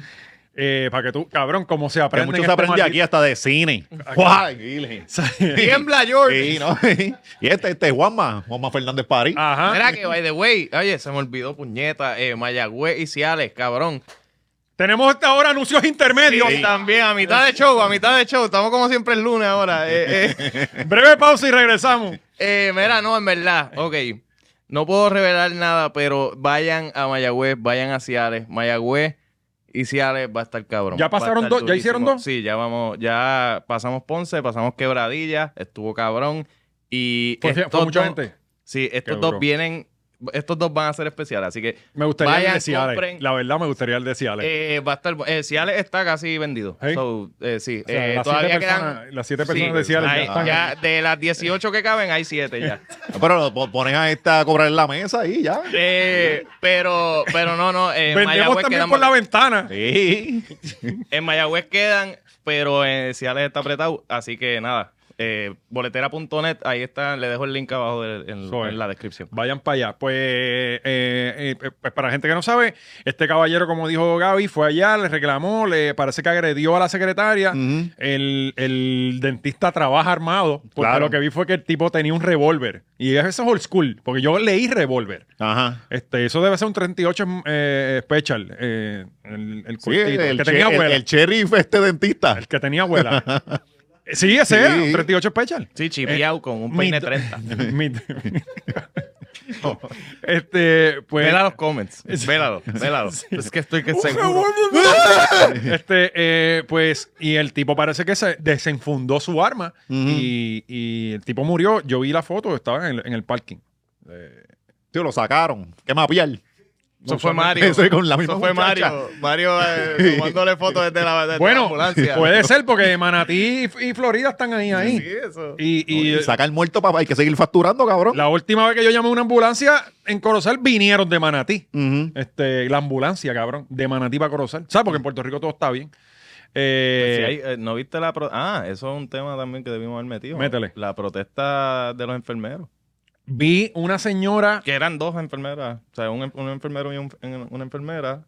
Eh, para que tú, cabrón, como se
Que
aprende.
mucho
en
se
este
aprende aquí
maldito-
hasta de cine. ¡Guau! Virgen.
Tiembla, George.
Sí, ¿no? y este, este Juanma, Juanma Fernández París.
Ajá.
Mira que, by the way, oye, se me olvidó puñeta, eh, Mayagüez y Ciales, cabrón.
Tenemos hasta ahora anuncios intermedios.
Y también a mitad de show, a mitad de show. Estamos como siempre el lunes ahora. eh, eh.
Breve pausa y regresamos.
Eh, mira, no, en verdad. Ok. No puedo revelar nada, pero vayan a Mayagüez, vayan a Ciales. Mayagüez y Ciales va a estar cabrón.
¿Ya
Va a estar
pasaron dos? ¿Ya
durísimo.
hicieron dos?
Sí, ya vamos, ya pasamos Ponce, pasamos Quebradilla, estuvo cabrón. Y
Fue, fue
estos
mucha
dos-
gente.
Sí,
Qué
estos
duro.
dos vienen, estos dos van a ser especiales, así que
Me gustaría el
Vayan,
de Ciales.
compren.
La verdad, me gustaría el de Ciales.
eh, va a estar... bu- Eh, Ciales está casi vendido.
Sí.
So, eh, sí,
O sea,
eh,
las,
todavía
siete
quedan...
personas, las siete
Sí,
personas de Ciales
hay-
ya están.
ya de las 18 que caben, hay 7 ya.
Pero lo po- pones a esta a cobrar en la mesa y ya.
Eh, pero, pero no, no. En
Vendemos
Mayagüez,
también
quedan,
por la ventana.
Sí.
en Mayagüez quedan, pero en Ciales está apretado. Así que nada, eh, boletera.net, ahí está, le dejo el link abajo del- en,
Eso es.
en la descripción.
Vayan para allá. Pues, eh, eh, eh, pues, para la gente que no sabe, este caballero, como dijo Gaby, fue allá, le reclamó, le parece que agredió a la secretaria.
Ujú.
El, el dentista trabaja armado. Porque
Claro.
lo que vi fue que el tipo tenía un revólver. Y eso es old school, porque yo leí revólver.
Ajá.
Este, eso debe ser un 38 eh, special. eh, el, el
Sí, el,
cortito, el que
el
tenía
che- el-
abuela.
el sheriff este dentista.
El que tenía abuela. sí, ese era,
Sí.
un 38 special.
Sí, chipiao con un
eh, Mi-
peine 30.
Mi- este, pues.
Vela los comments. Vélalo, vélalo. Es que estoy que seguro.
este, eh, pues, y el tipo parece que se desenfundó su arma
Ujú.
y, y el tipo murió. Yo vi la foto, estaba en el, en el parking.
Tío, lo sacaron. Qué mapiar.
Eso fue Mario.
Eso es con la misma
Eso fue
muchacha.
Mario. Mario eh, tomándole fotos desde la, desde la
Bueno,
ambulancia.
puede ser porque Manatí y, y Florida están ahí, ahí.
Sí, eso.
Y, y,
Y sacar muerto, papá. Hay que seguir facturando, cabrón.
la última vez que yo llamé a una ambulancia en Corozal vinieron de Manatí.
Ujú.
Este, la ambulancia, cabrón, de Manatí para Corozal. ¿Sabes? Porque en Puerto Rico todo está bien.
Pues
Eh,
si hay- eh, ¿No viste la pro- Ah, eso es un tema también que debimos haber metido.
Métele.
La protesta de los enfermeros.
Vi una señora.
Que eran dos enfermeras. O sea, un, un enfermero y un- en- una enfermera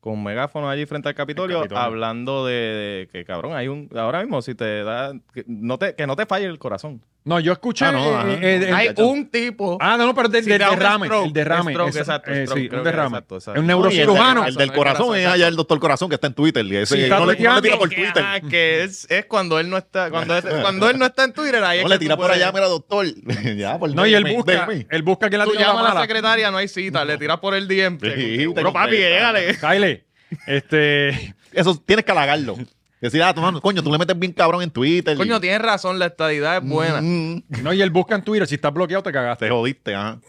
con megáfono allí frente al Capitolio,
El Capitolio.
hablando de, de que, cabrón, hay un... Ahora mismo, si te da... Que no te, que no te falle el corazón.
No, yo escuché.
Ah, no,
eh,
ajá.
eh, eh,
hay
eh,
un tipo...
Ah, no, no, pero del
Sí,
del
da un
derrame.
stroke,
el derrame.
stroke,
esa-
exacto,
eh,
stroke,
sí,
creo
un
que
derrame.
exacto, exacto.
Es un
No,
No, y el,
neurocirujano.
del- el del corazón es allá el doctor corazón que está en Twitter. Y ese,
Sí, está
no, le, no le tira por
Que,
Twitter.
ah, que es, es cuando él no está... Cuando, es- cuando él no está en Twitter, ahí es
No le
que tú
tira por
puedes-
allá, mira, doctor. ya, por
no, y él
DM,
busca,
DM.
él busca que la
Tú
tira la
llamas a la
mala.
secretaria, no hay cita, le tiras por el DM. te-
Sí,
seguro,
te contesta.
papi, llégale.
Kyle, este.
Eso tienes que halagarlo. Decir, ah, tú, no, coño, tú le metes bien cabrón en Twitter.
Coño,
Y-
tienes razón, la estadidad es buena.
Mm,
No, y él busca en Twitter. Si estás bloqueado, te cagaste.
te jodiste, ajá.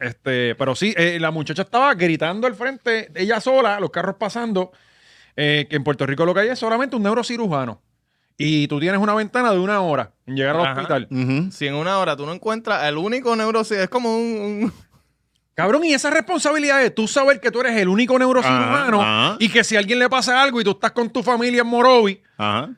Este, pero sí, eh, la muchacha estaba gritando al frente, ella sola, los carros pasando, eh, que en Puerto Rico lo que hay es solamente un neurocirujano. Y tú tienes una ventana de una hora en llegar al
Ajá.
hospital.
Ujú.
Si en una hora tú no encuentras el único neurocirujano, es como un,
Cabrón, y esa responsabilidad de tú saber que tú eres el único neurocirujano
Ajá, ajá.
y que si a alguien le pasa algo y tú estás con tu familia en Morovi,
Ajá.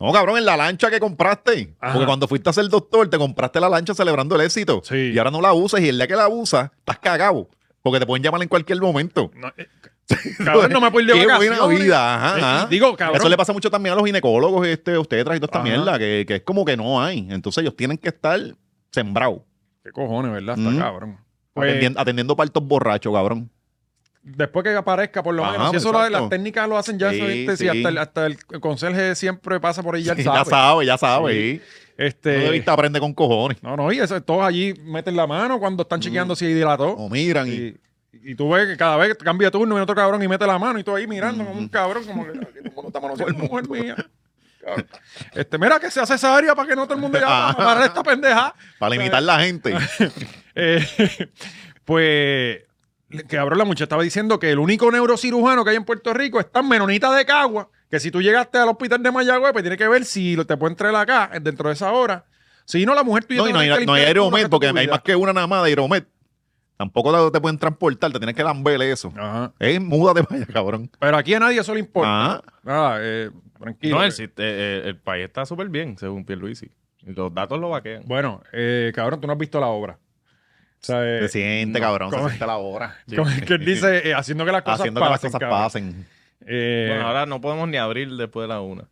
No, cabrón, en la lancha que compraste.
Ajá.
Porque cuando fuiste a ser doctor, te compraste la lancha celebrando el éxito.
Sí.
Y ahora no la usas. Y el día que la usas, estás cagado. Porque te pueden llamar en cualquier momento.
no, eh, cabrón, no me puedo ir de
Qué buena
vacaciones.
vida, ajá,
Eh,
ajá.
digo, cabrón.
Eso le pasa mucho también a los ginecólogos, este, obstetras y toda esta
Ajá.
mierda, que, que es como que no hay. Entonces ellos tienen que estar sembrados,
Qué cojones, ¿verdad? Está
Mm.
cabrón. Pues,
atendiendo, atendiendo partos borrachos, cabrón.
después que aparezca, por lo
Ajá,
menos. Si eso lo-
exacto.
las técnicas lo hacen ya,
Sí,
eso, este, si
sí.
hasta, el, hasta el conserje siempre pasa por ahí, ya él
Ya
sabe.
sabe, ya sabe. No
Este,
vista aprende con cojones.
no, no, y eso, todos allí meten la mano cuando están chequeando
Mm.
si hay dilató.
O miran y...
y, y tú ves que cada vez que cambia turno viene otro cabrón y mete la mano y tú ahí mirando como
Mm.
un cabrón, como que "Ay, todo el mundo está manoseando mujer mía. Cabrón. Este, mira que se hace cesárea para que no todo el mundo ya
Ah.
para esta pendeja.
Para limitar la gente.
Eh, pues, que cabrón, la muchacha estaba diciendo que el único neurocirujano que hay en Puerto Rico es tan menonita de cagua que si tú llegaste al hospital de Mayagüez, pues tienes que ver si te puede entrar acá dentro de esa hora. Si no, la mujer tuya
No, y
te
no
va a
hay,
tener que
no hay
limpiar el culo
Aeromed,
hasta
porque
tu
hay
vida.
más que una nada más de Aeromed. Tampoco te pueden transportar, te tienes que lamberle eso.
Ajá.
Es muda de vaya, cabrón.
Pero aquí a nadie eso le importa.
Ajá.
Ah, eh, tranquilo.
No, el, sit- eh, eh, el país está súper bien, según Pierluisi. Y Los datos lo vaquean.
Bueno, eh, cabrón, tú no has visto la obra. O sea, eh,
Se siente, cabrón,
¿cómo?
se siente la hora.
como es que él dice, eh, haciendo que las cosas
Haciendo que
pasen.
las cosas
cabrón.
pasen.
Eh,
Bueno, ahora no podemos ni abrir después de la una.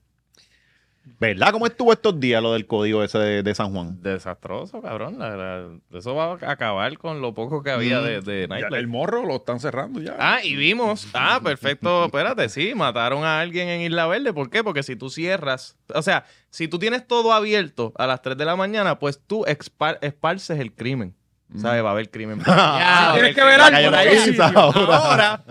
¿Verdad? ¿Cómo estuvo estos días lo del código ese de, de San Juan?
Desastroso, cabrón. la- la- eso va a acabar con lo poco que había de, de
Mm. ya,
nightlife.
el morro lo están cerrando ya.
Ah, y vimos. Ah, perfecto. Espérate, sí, mataron a alguien en Isla Verde. ¿Por qué? Porque si tú cierras, o sea, si tú tienes todo abierto a las 3 de la mañana, pues tú espar- esparces el crimen. ¿Sabes? Va a haber crimen.
Ah,
Ya,
tienes que ver
ver
algo.
cayó la
por ahí.
pizza ahora.
Ahora,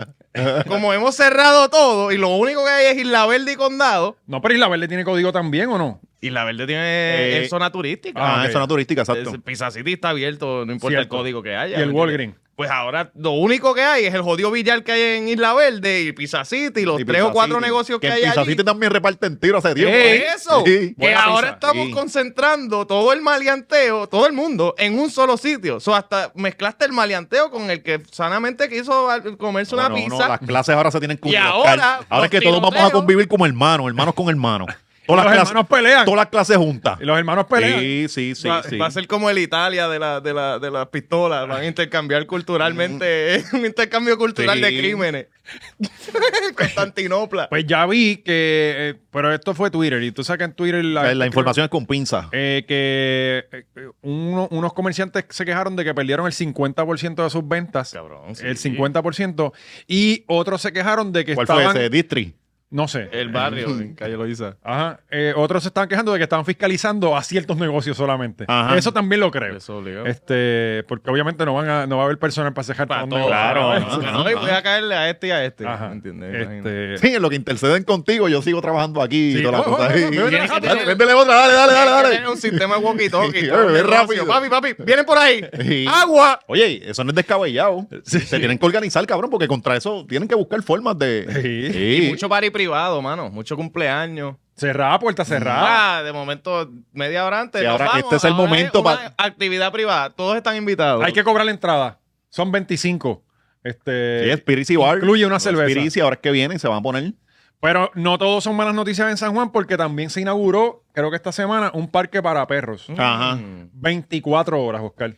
como hemos cerrado todo y lo único que hay es Isla Verde y Condado,
No, pero Isla Verde tiene código también, ¿o no?
Isla Verde tiene
Eh,
es zona turística.
Ah,
Ah,
ok.
en zona turística, exacto.
Es- Pizza City está abierto, no importa el
Cierto.
código que
Y
haya.
el
¿me entiendes?
Walgreen.
Pues ahora lo único que hay es el jodido billar que hay en Isla Verde y Pizza City y los
Y
tres
Pizza
o cuatro
City,
negocios que,
en
hay
Pizza
allí.
City también reparten tiro hace tiempo.
¿Qué
¿eh?
es eso?
Sí.
Que
Buena
ahora
pizza.
estamos
Sí.
concentrando todo el maleanteo, todo el mundo, en un solo sitio. O sea, hasta mezclaste el maleanteo con el que sanamente quiso al- comerse una
No, no, no,
pizza.
las clases ahora se tienen que
Y
unificar.
ahora,
ahora es que
los
todos vamos a
tiroteos.
convivir como hermanos, hermanos con hermanos. Todas
Los
las clases,
hermanos pelean.
todas las clases juntas.
Y los hermanos pelean.
Sí, sí, sí,
va,
sí.
va a ser como el Italia de la, de la, de las pistolas. Van a intercambiar culturalmente, es un intercambio cultural de
Mm. Sí.
crímenes. Constantinopla.
Pues ya vi que. eh, pero esto fue Twitter. Y tú sabes que en Twitter.
la, la información es con pinza.
Eh, que eh, eh, uno- unos comerciantes se quejaron de que perdieron el 50% de sus ventas.
Cabrón, sí.
El 50%. Y otros se quejaron de que
¿Cuál
estaban.
fue ese? Distri.
No sé.
El barrio en Calle Loiza.
Ajá. Eh, otros se estaban quejando de que estaban fiscalizando a ciertos negocios solamente.
Ajá.
Eso también lo creo.
Eso, obligado.
Este, porque obviamente no van a, no va a haber personal para cejar
Para
un
todo.
negocio.
claro,
Para
ajá,
todo.
ajá.
Y voy a caerle a este y a este.
Ajá.
¿Entiendes? Imagínate.
Este,
Sí, en lo que interceden contigo, yo sigo trabajando aquí
Sí,
y toda la
oh,
cosa.
oh,
Sí.
oh, me voy a
Dale,
dejar-
Véndele otra, dale, dale, dale, dale.
Tienen un sistema de walkie-talkie.
Sí,
todo el
ve
negocio.
rápido.
Papi, papi, vienen por ahí. Ah,
Sí.
Agua.
Oye, eso no es descabellado. Se tienen que organizar, cabrón, porque contra eso tienen que buscar formas de.
Sí.
Sí.
Mucho party privado, mano. Mucho cumpleaños.
Cerrada, puerta cerrada.
Ah, de momento, media hora antes.
Sí,
nos
ahora
vamos.
este es el
Ahora
momento
una
pa-
Actividad privada. Todos están invitados.
Hay que cobrar la entrada. Son 25.
Sí,
Este,
Spiritsy Bar.
incluye una cerveza.
Spiritsy, ahora es que vienen, se van a poner.
Mm.
pero no todos son malas noticias en San Juan porque también se inauguró, creo que esta semana, un parque para perros.
Ajá.
Mm.
24 horas, Oscar.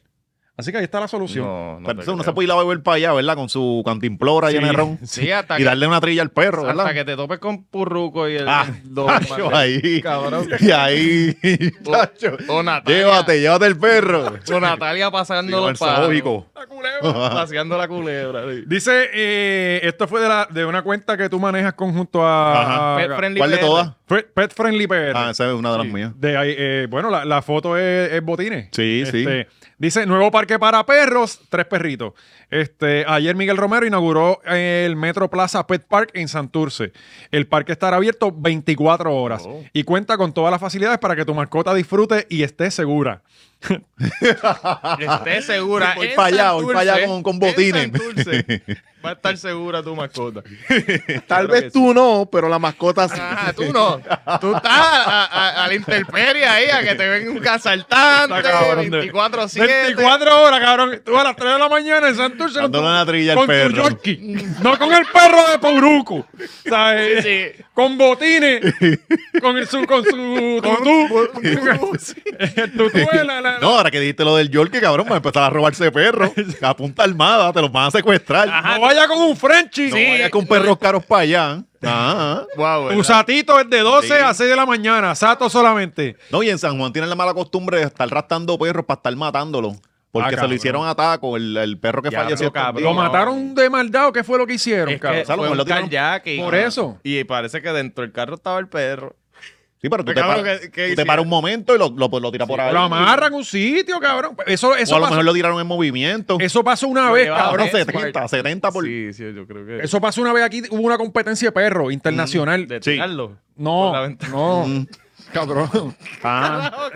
Así que ahí está la solución.
No, no te
Pero eso uno se
creo.
puede ir a beber para allá, ¿verdad? Con su cantimplora llena de ron.
Sí, hasta
Y
que,
darle una trilla al perro,
hasta
¿verdad?
que te topes con Purruco y el.
Ah,
el Don
Chacho,
Manuel.
ahí.
Cabrón.
Y ahí, chacho.
O Natalia.
Llévate, llévate el perro.
O Natalia
Sí,
pasando
con el
los pájaros,
zoológico.
La culebra.
Ajá.
Paseando la culebra. sí.
Dice, eh, esto fue de, la, de una cuenta que tú manejas conjunto a,
Ajá.
a-
Pet Friendly
¿Cuál de
PR.
todas?
Fre- Pet Friendly PR.
Ah, esa es una de las mías.
De ahí, eh, bueno, la, la foto es, es botines.
Sí,
Este, Dice, nuevo parque para perros, tres perritos. Este, ayer Miguel Romero inauguró eh, el Metro Plaza Pet Park en Santurce. El parque estará abierto 24 horas
Oh.
y cuenta con todas las facilidades para que tu mascota disfrute y esté segura.
Esté segura.
Voy
en
pa' allá, voy
Santurce,
pa' allá con- con
en
botines.
Santurce, va a estar segura tu mascota.
Tal
Claro que
vez tú no, pero la mascota sí.
Ajá, tú no. Tú estás a, a- a la intemperie ahí, a que te ven un asaltante
Está cabrón de-
24-7.
24 horas, cabrón. Tú a las 3 de la mañana en Santurce con tu,
Dándole una trilla al
con tu
perro.
Yorkie. No con el perro de Pauruco. ¿sabes?
Sí, sí.
eh, Con botines. con el su, con su tutú. el tutú es la- la-
No, ahora que dijiste lo del Yorkie, cabrón, van a empezar a robarse perros. A punta armada, te los van a secuestrar.
No vaya con un Frenchie.
No vayas con perros caros para allá. Ah. Ajá.
Guau,
Tu
¿verdad?
satito es de 12
Sí.
a 6 de la mañana, sato solamente.
No, y en San Juan tienen la mala costumbre de estar rastrando perros para estar matándolos.
Ah,
Porque se
cabrón.
lo hicieron a Taco, el, el perro que
Diablo,
falleció. estos
cabrón.
Lo
días.
mataron de maldad o qué fue lo que hicieron,
Es
cabrón?
que
o sea, a lo
fue
mejor
un
lo tiraron-
carjacking.
Por eso.
Y parece que dentro del carro estaba el perro.
Sí, pero tú
Pero,
te,
cabrón,
paras-
¿qué- qué
tú te
hicieron?
paras un momento y lo, lo, lo tiras por ahí.
Lo amarran a un sitio, cabrón. Pues Eso,
o
eso,
a lo
pasó,
mejor lo tiraron en movimiento. Ah,
eso pasó una
Lo
vez,
llevaban
cabrón.
Cabrón,
Ah, es
70, 70 por...
Sí, sí, yo creo que.
Eso pasó una vez aquí. Hubo una competencia de perros internacional.
Mm, De
Sí.
tirarlo.
No,
por la ventana.
no.
Mm.
Cabrón.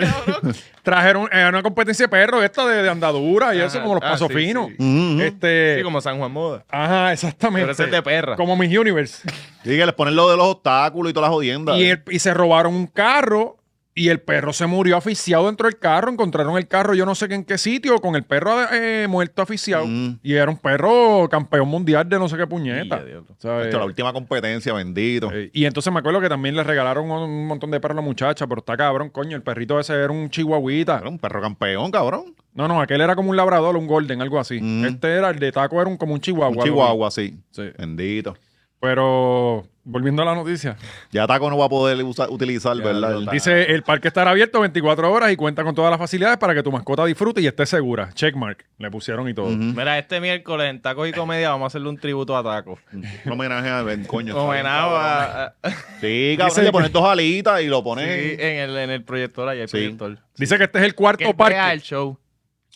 Trajeron eh, una competencia de perros, esta de, de andadura y
Ajá.
eso, como los
Ah,
pasos
sí,
finos.
sí.
Ujú.
Este.
Sí, como San Juan Moda.
Ajá, exactamente.
Pero ese es de perra.
Como Miss Universe.
Sí, que les ponen lo de los obstáculos y todas las jodiendas.
Y, el- y se robaron un carro. Y el perro se murió asfixiado dentro del carro. Encontraron el carro, yo no sé qué en qué sitio, con el perro eh, muerto asfixiado.
Mm.
Y era un perro campeón mundial de no sé qué puñeta.
Ya, diablo.
¿sabes?
Esto, la última competencia, bendito.
Eh, y entonces me acuerdo que también le regalaron un- un montón de perros a la muchacha, pero está cabrón, coño. El perrito ese era un chihuahuita.
Era un perro campeón, cabrón.
No, no, aquel era como un labrador, un golden, algo así.
Mm.
Este era el de taco, era un, como un chihuahua.
Un
algo
chihuahua, sí.
así. Sí.
Bendito.
Pero volviendo a la noticia,
Ya Taco no va a poder usa- utilizar, ¿verdad?
lo-
dice: el parque estará abierto 24 horas y cuenta con todas las facilidades para que tu mascota disfrute y esté segura. Checkmark, le pusieron y todo.
Ujú.
Mira, este miércoles en Tacos y Comedia vamos a hacerle un tributo a Taco.
Un homenaje al coño.
Homenaje a- a-
Sí, cabrón,
Dice-
le pones dos alitas y lo
sí, eh.
pones.
en, el, en el proyector, allá el
Sí.
proyector.
Dice que este es el
Que
cuarto
él
parque.
vea el show.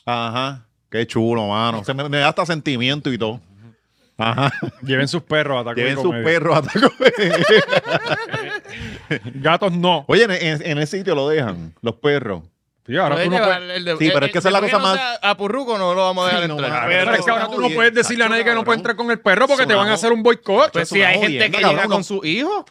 Ajá. Qué chulo, mano. Se me, me da hasta sentimiento y todo. Ajá.
Lleven sus perros a Taco
Lleven
y
sus
Comedia.
perros a Taco Bell.
Gatos no.
Oye, en, en- en ese sitio lo dejan, los perros.
Sí, ahora
Puede
tú no
llevar
puedes-
el de-
Sí, pero es que esa es la
después
cosa
no
más-
sea A Purruco no lo vamos a dejar
Sí, no,
entrar.
mano.
Pero es que ahora tú no puedes decirle a nadie que no puede entrar con el perro porque te van a hacer un boicot.
Pues
Eso
si
es una
hay gente
jodienda,
que
cabrón,
llega
no.
con su hijo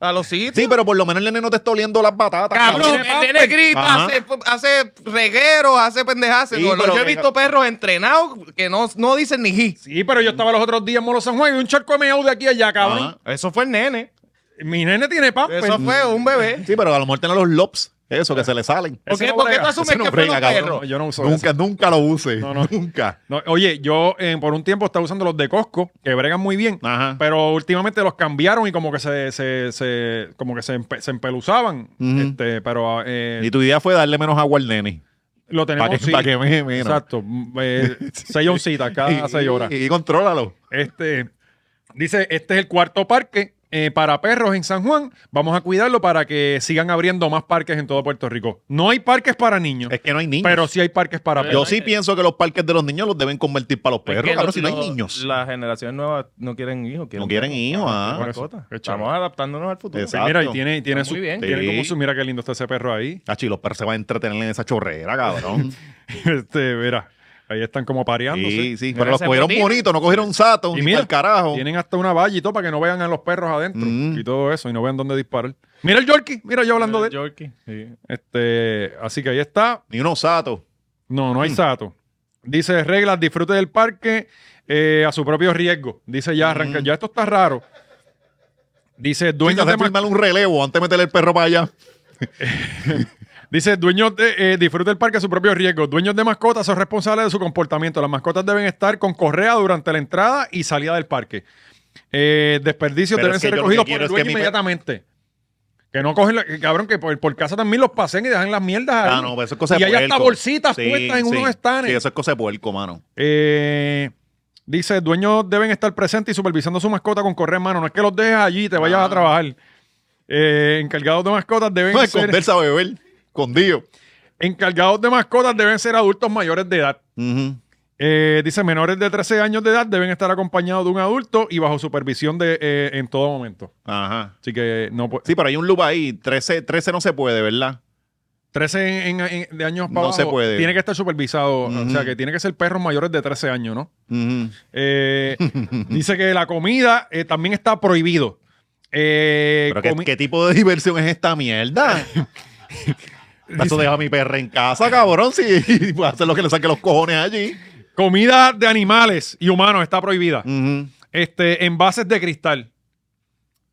a los sitios.
Sí, pero por lo menos el nene no te está oliendo las batatas.
Cabrón,
Cabrón,
el nene grita,
Ajá.
hace, hace regueros, hace pendejadas.
Sí,
Yo
pero
yo he
que-
visto perros entrenados que no, no dicen ni ji.
Sí, pero yo estaba los otros días en Molo San Juan y un charco de meao de aquí a allá, cabrón.
Ajá.
Eso fue el nene.
Mi nene tiene pamper.
Pues,
Eso fue un bebé.
Sí, pero a lo mejor tienen los lobs, eso, que se le salen.
¿Por
Ese
qué,
no
por qué tú
brega.
asumes
Ese no
que fue
brega,
los
cabrón.
perros?
No, yo no uso eso.
Nunca, nunca lo uses.
No, no.
Nunca.
No, oye, yo eh, por un tiempo estaba usando los de Costco, que bregan muy bien,
Ajá.
pero últimamente los cambiaron y como que se, se, se- como que se, empe- se empeluzaban.
Ujú.
este, pero eh,
Y tu idea fue darle menos agua al nene.
lo tenemos
Para que,
sí,
pa' que me mira.
Exacto. mm, eh, seis oncitas cada
Y-
seis horas.
Y, y contrólalo.
Este, dice, este es el cuarto parque eh, para perros en San Juan. Vamos a cuidarlo para que sigan abriendo más parques en todo Puerto Rico. No hay parques para niños,
Es que no hay niños.
pero sí hay parques para
Yo
perros.
sí pienso que los parques de los niños los deben convertir para los perros,
Es que
cabrón,
lo-
si no hay
lo-
niños.
Las generaciones nuevas no quieren hijos.
No quieren hijos, ah.
Por eso,
mascotas.
qué chévere.
Estamos adaptándonos al futuro.
Exacto.
Mira, y tiene, y tiene,
Está muy
su-
bien.
tiene
Sí.
como su- mira qué lindo está ese perro ahí.
Cachi, los perros se van a entretener en esa chorrera, cabrón.
Este, mira, ahí están como pareándose.
sí, sí.
Mira,
Pero los
se
cogieron
motivan.
bonitos, no cogieron sato,
Y
ni
mira,
el carajo.
Tienen hasta una valla y todo para que no vean a los perros adentro
Mm.
y todo eso y no vean dónde disparar. Mira el Yorkie, mira yo hablando de él.
Yorkie. Sí.
Este, así que ahí está.
Ni unos satos.
No,
Mm.
no hay sato. Dice reglas, disfrute del parque eh, a su propio riesgo. Dice ya arranca,
Mm.
ya esto está raro. Dice dueños
Dueño
de
de
ma-
firmar un relevo antes de meterle el perro para allá.
dice dueños de eh, disfrute del parque a su propio riesgo. Dueños de mascotas son responsables de su comportamiento. Las mascotas deben estar con correa durante la entrada y salida del parque. Eh, desperdicios
Pero
deben
es que
ser
yo lo
recogidos
que
por
quiero
el
es que
dueño
mi pe-
inmediatamente. Que no cogen, la- que, cabrón, que por, por casa también los pasen y dejan las mierdas.
Ah,
ahí.
no, pero eso es cosa de
y hay hasta
puerco.
bolsitas
Sí,
puestas en
sí.
unos stands.
Sí, eso es cosa de puerco, mano.
Eh, dice, dueños deben estar presentes y supervisando su mascota con correa en mano. No es que los dejes allí y te vayas
Ah. Pues
a trabajar. Eh, encargados de mascotas deben
No,
ser
esconderse a beber. Escondido.
encargados de mascotas deben ser adultos mayores de edad.
Ujú.
Eh, dice, menores de 13 años de edad deben estar acompañados de un adulto y bajo supervisión de, eh, en todo momento.
Ajá.
Así que no pu-
Sí, pero hay un loop ahí. 13, 13 no se puede, ¿verdad?
13 en- en- en- de años para
No
abajo
se puede.
tiene que estar supervisado. O
Ujú.
sea, que tiene que ser perros mayores de 13 años, ¿no?
Ujú.
Eh, dice que la comida eh, también está prohibido. Eh,
Pero ¿qué,
comi-
qué tipo de diversión es esta mierda? Para Eso deja a mi perra en casa, cabrón. Si puede hacer lo que le saque los cojones allí.
Comida de animales y humanos está prohibida.
Ujú.
Este, envases de cristal.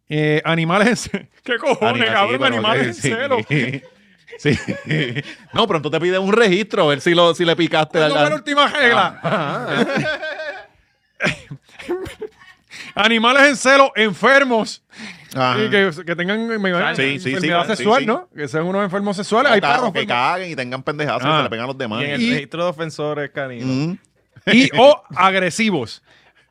Eh, animales en ce- ¿Qué cojones,
Anima- sí,
cabrón?
pero
animales
que-
en celo.
sí. Sí. No, pronto te pide un registro a ver si, lo, si le picaste
¿Cuándo fue
al-
la última regla?
Ah, ah.
animales en celo, enfermos.
Ajá.
Y que, que tengan me imagino,
Ah. Sí, sí, sí,
enfermedad
sí,
sexual,
sí.
¿no? Que sean unos enfermos sexuales. Hay
O ca-
perros
Ah, o que
enfermos.
caguen y tengan pendejadas
Ah.
que se le pegan a los demás.
Y en el
Y-
registro de ofensores caninos.
Ujú.
Y o agresivos.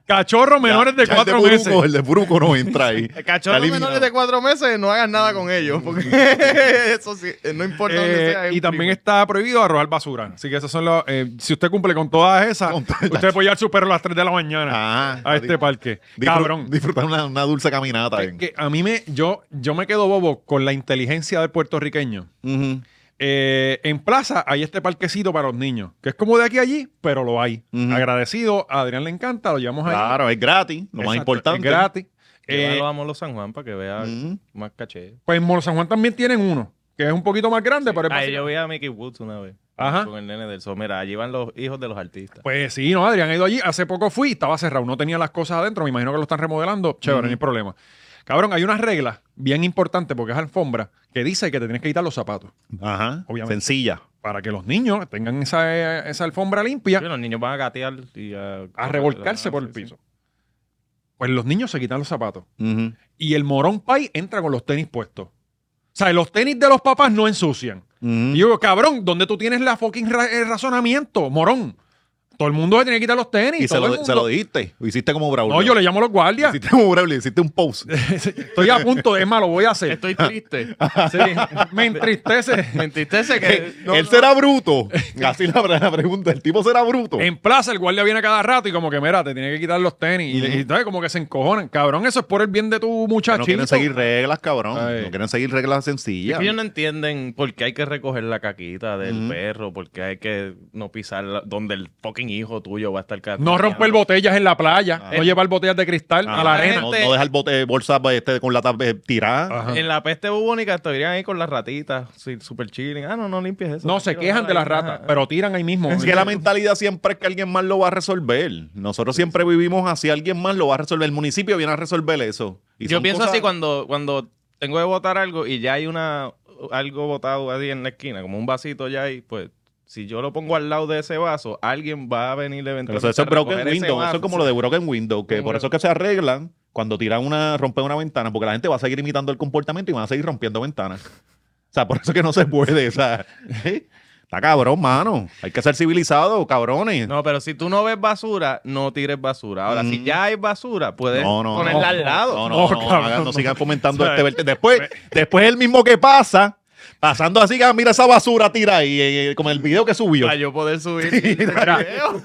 Cachorros menores de
Ya- ya
4
el de
meses.
Buruco, El de Buruco no entra ahí.
El Cachorros
Está eliminado.
menores de cuatro meses, no hagas nada con ellos, porque eso sí, no importa
Eh,
dónde sea. es
y
un
también
crimen.
está prohibido arrojar basura. Así que esos son los. eh, si usted cumple con todas esas,
Con todas. Ah,
usted puede llevar su perro a las 3 de la mañana
Ajá.
a este
Disfrut-
parque. Cabrón.
Disfrutar una, una dulce caminata.
Es
bien.
que a mí me. Yo, yo me quedo bobo con la inteligencia del puertorriqueño.
Ujú,
Eh, en Plaza hay este parquecito para los niños, que es como de aquí a allí, pero lo hay.
Ujú.
Agradecido, a Adrián le encanta, lo llevamos ahí.
Claro, es gratis. Lo
Exacto,
más importante.
Es gratis. Eh,
este, Llévalo a Molo San Juan para que vea
Ujú.
más caché.
pues en Molo San Juan también tienen uno, que es un poquito más grande, pero es
Ahí
básica-
yo vi a Mickey Woods una vez.
Ajá.
Con el nene del sol. Mira, allí van los hijos de los artistas.
Pues sí, no, Adrián ha ido allí. Hace poco fui, estaba cerrado, no tenía las cosas adentro. Me imagino que lo están remodelando. Chévere, no hay problema. Cabrón, hay unas reglas bien importantes porque es alfombra que dice que te tienes que quitar los zapatos
Ajá.
Obviamente.
Sencilla.
para que los niños tengan esa, eh, esa alfombra
Sí,
limpia
los niños van a gatear y a... Ah,
a revolcarse por el piso. Pues los niños se quitan los zapatos
Ujú.
y el morón pai entra con los tenis puestos. O sea, los tenis de los papás no ensucian.
Ujú.
Mm.
Y yo digo, cabrón, ¿dónde tú tienes la fucking ra- el razonamiento, morón? Todo el mundo se tiene que quitar los tenis.
Y se
todo el
lo,
mundo-
se lo dijiste. O hiciste como Braulio.
no, yo le Eh, llamo a los guardias.
Hiciste como Braulio, hiciste un post.
Estoy a punto, es más, lo voy a hacer.
Estoy triste.
Sí, me entristece.
Me entristece que... no,
Eh, Él
no.
será bruto. Así la, la pregunta. El tipo será bruto.
En plaza el guardia viene cada rato y como que, mira, te tiene que quitar los tenis. Y, y, ¿sabes? como que se encojonan. Cabrón, eso es por el bien de tu
Que
muchachito.
no quieren seguir reglas, cabrón.
Ay.
No quieren seguir reglas
Es
sencillas.
que ellos no entienden por qué hay que recoger la caquita del
Ujú.
perro, por qué hay que no pisar la- donde el fucking hijo tuyo va a estar
No romper
botón.
botellas en la playa,
Ah.
no llevar botellas de cristal
Ah,
a la
la
arena.
No,
gente-
no dejar bote, bolsa este, con la tapa eh, tirada.
Ajá.
En la peste bubónica estarían ahí con las ratitas, sí, super chilling. Ah, no, no limpies eso.
No, se
tranquilo,
quejan de las
déjala ahí.
ratas,
Ajá.
pero tiran ahí mismo.
Es que la mentalidad siempre es que alguien más lo va a resolver. Nosotros siempre vivimos así, alguien más lo va a resolver. El municipio viene a resolver eso. Y
Yo
son
pienso
cosas-
así cuando, cuando tengo que botar algo y ya hay una algo botado ahí en la esquina, como un vasito ya ahí, pues si yo lo pongo al lado de ese vaso, alguien va a venir
Pero
eventualmente.
eso, eso
a
es
recoger
broken
ese
window, eso
vaso.
es como lo de broken window, que
Como
por
que-
eso es que se arreglan cuando tiran una, rompen una ventana, porque la gente va a seguir imitando el comportamiento y van a seguir rompiendo ventanas. O sea, por eso es que no se puede, o sea, ¿eh? está cabrón, mano. Hay que ser civilizado, cabrones.
No, pero si tú no ves basura, no tires basura. Ahora, si
Mm.
ya hay basura,
¿Eh?
puedes
No, no,
ponerla
no.
al lado.
No,
No, no, no, no,
cabrón,
hagan- no
no.
sigan fomentando
O sea,
este verte. Después, después el mismo que pasa, pasando así, ah, mira esa basura tira ahí, eh, como el video que subió.
Para yo poder subir. el video.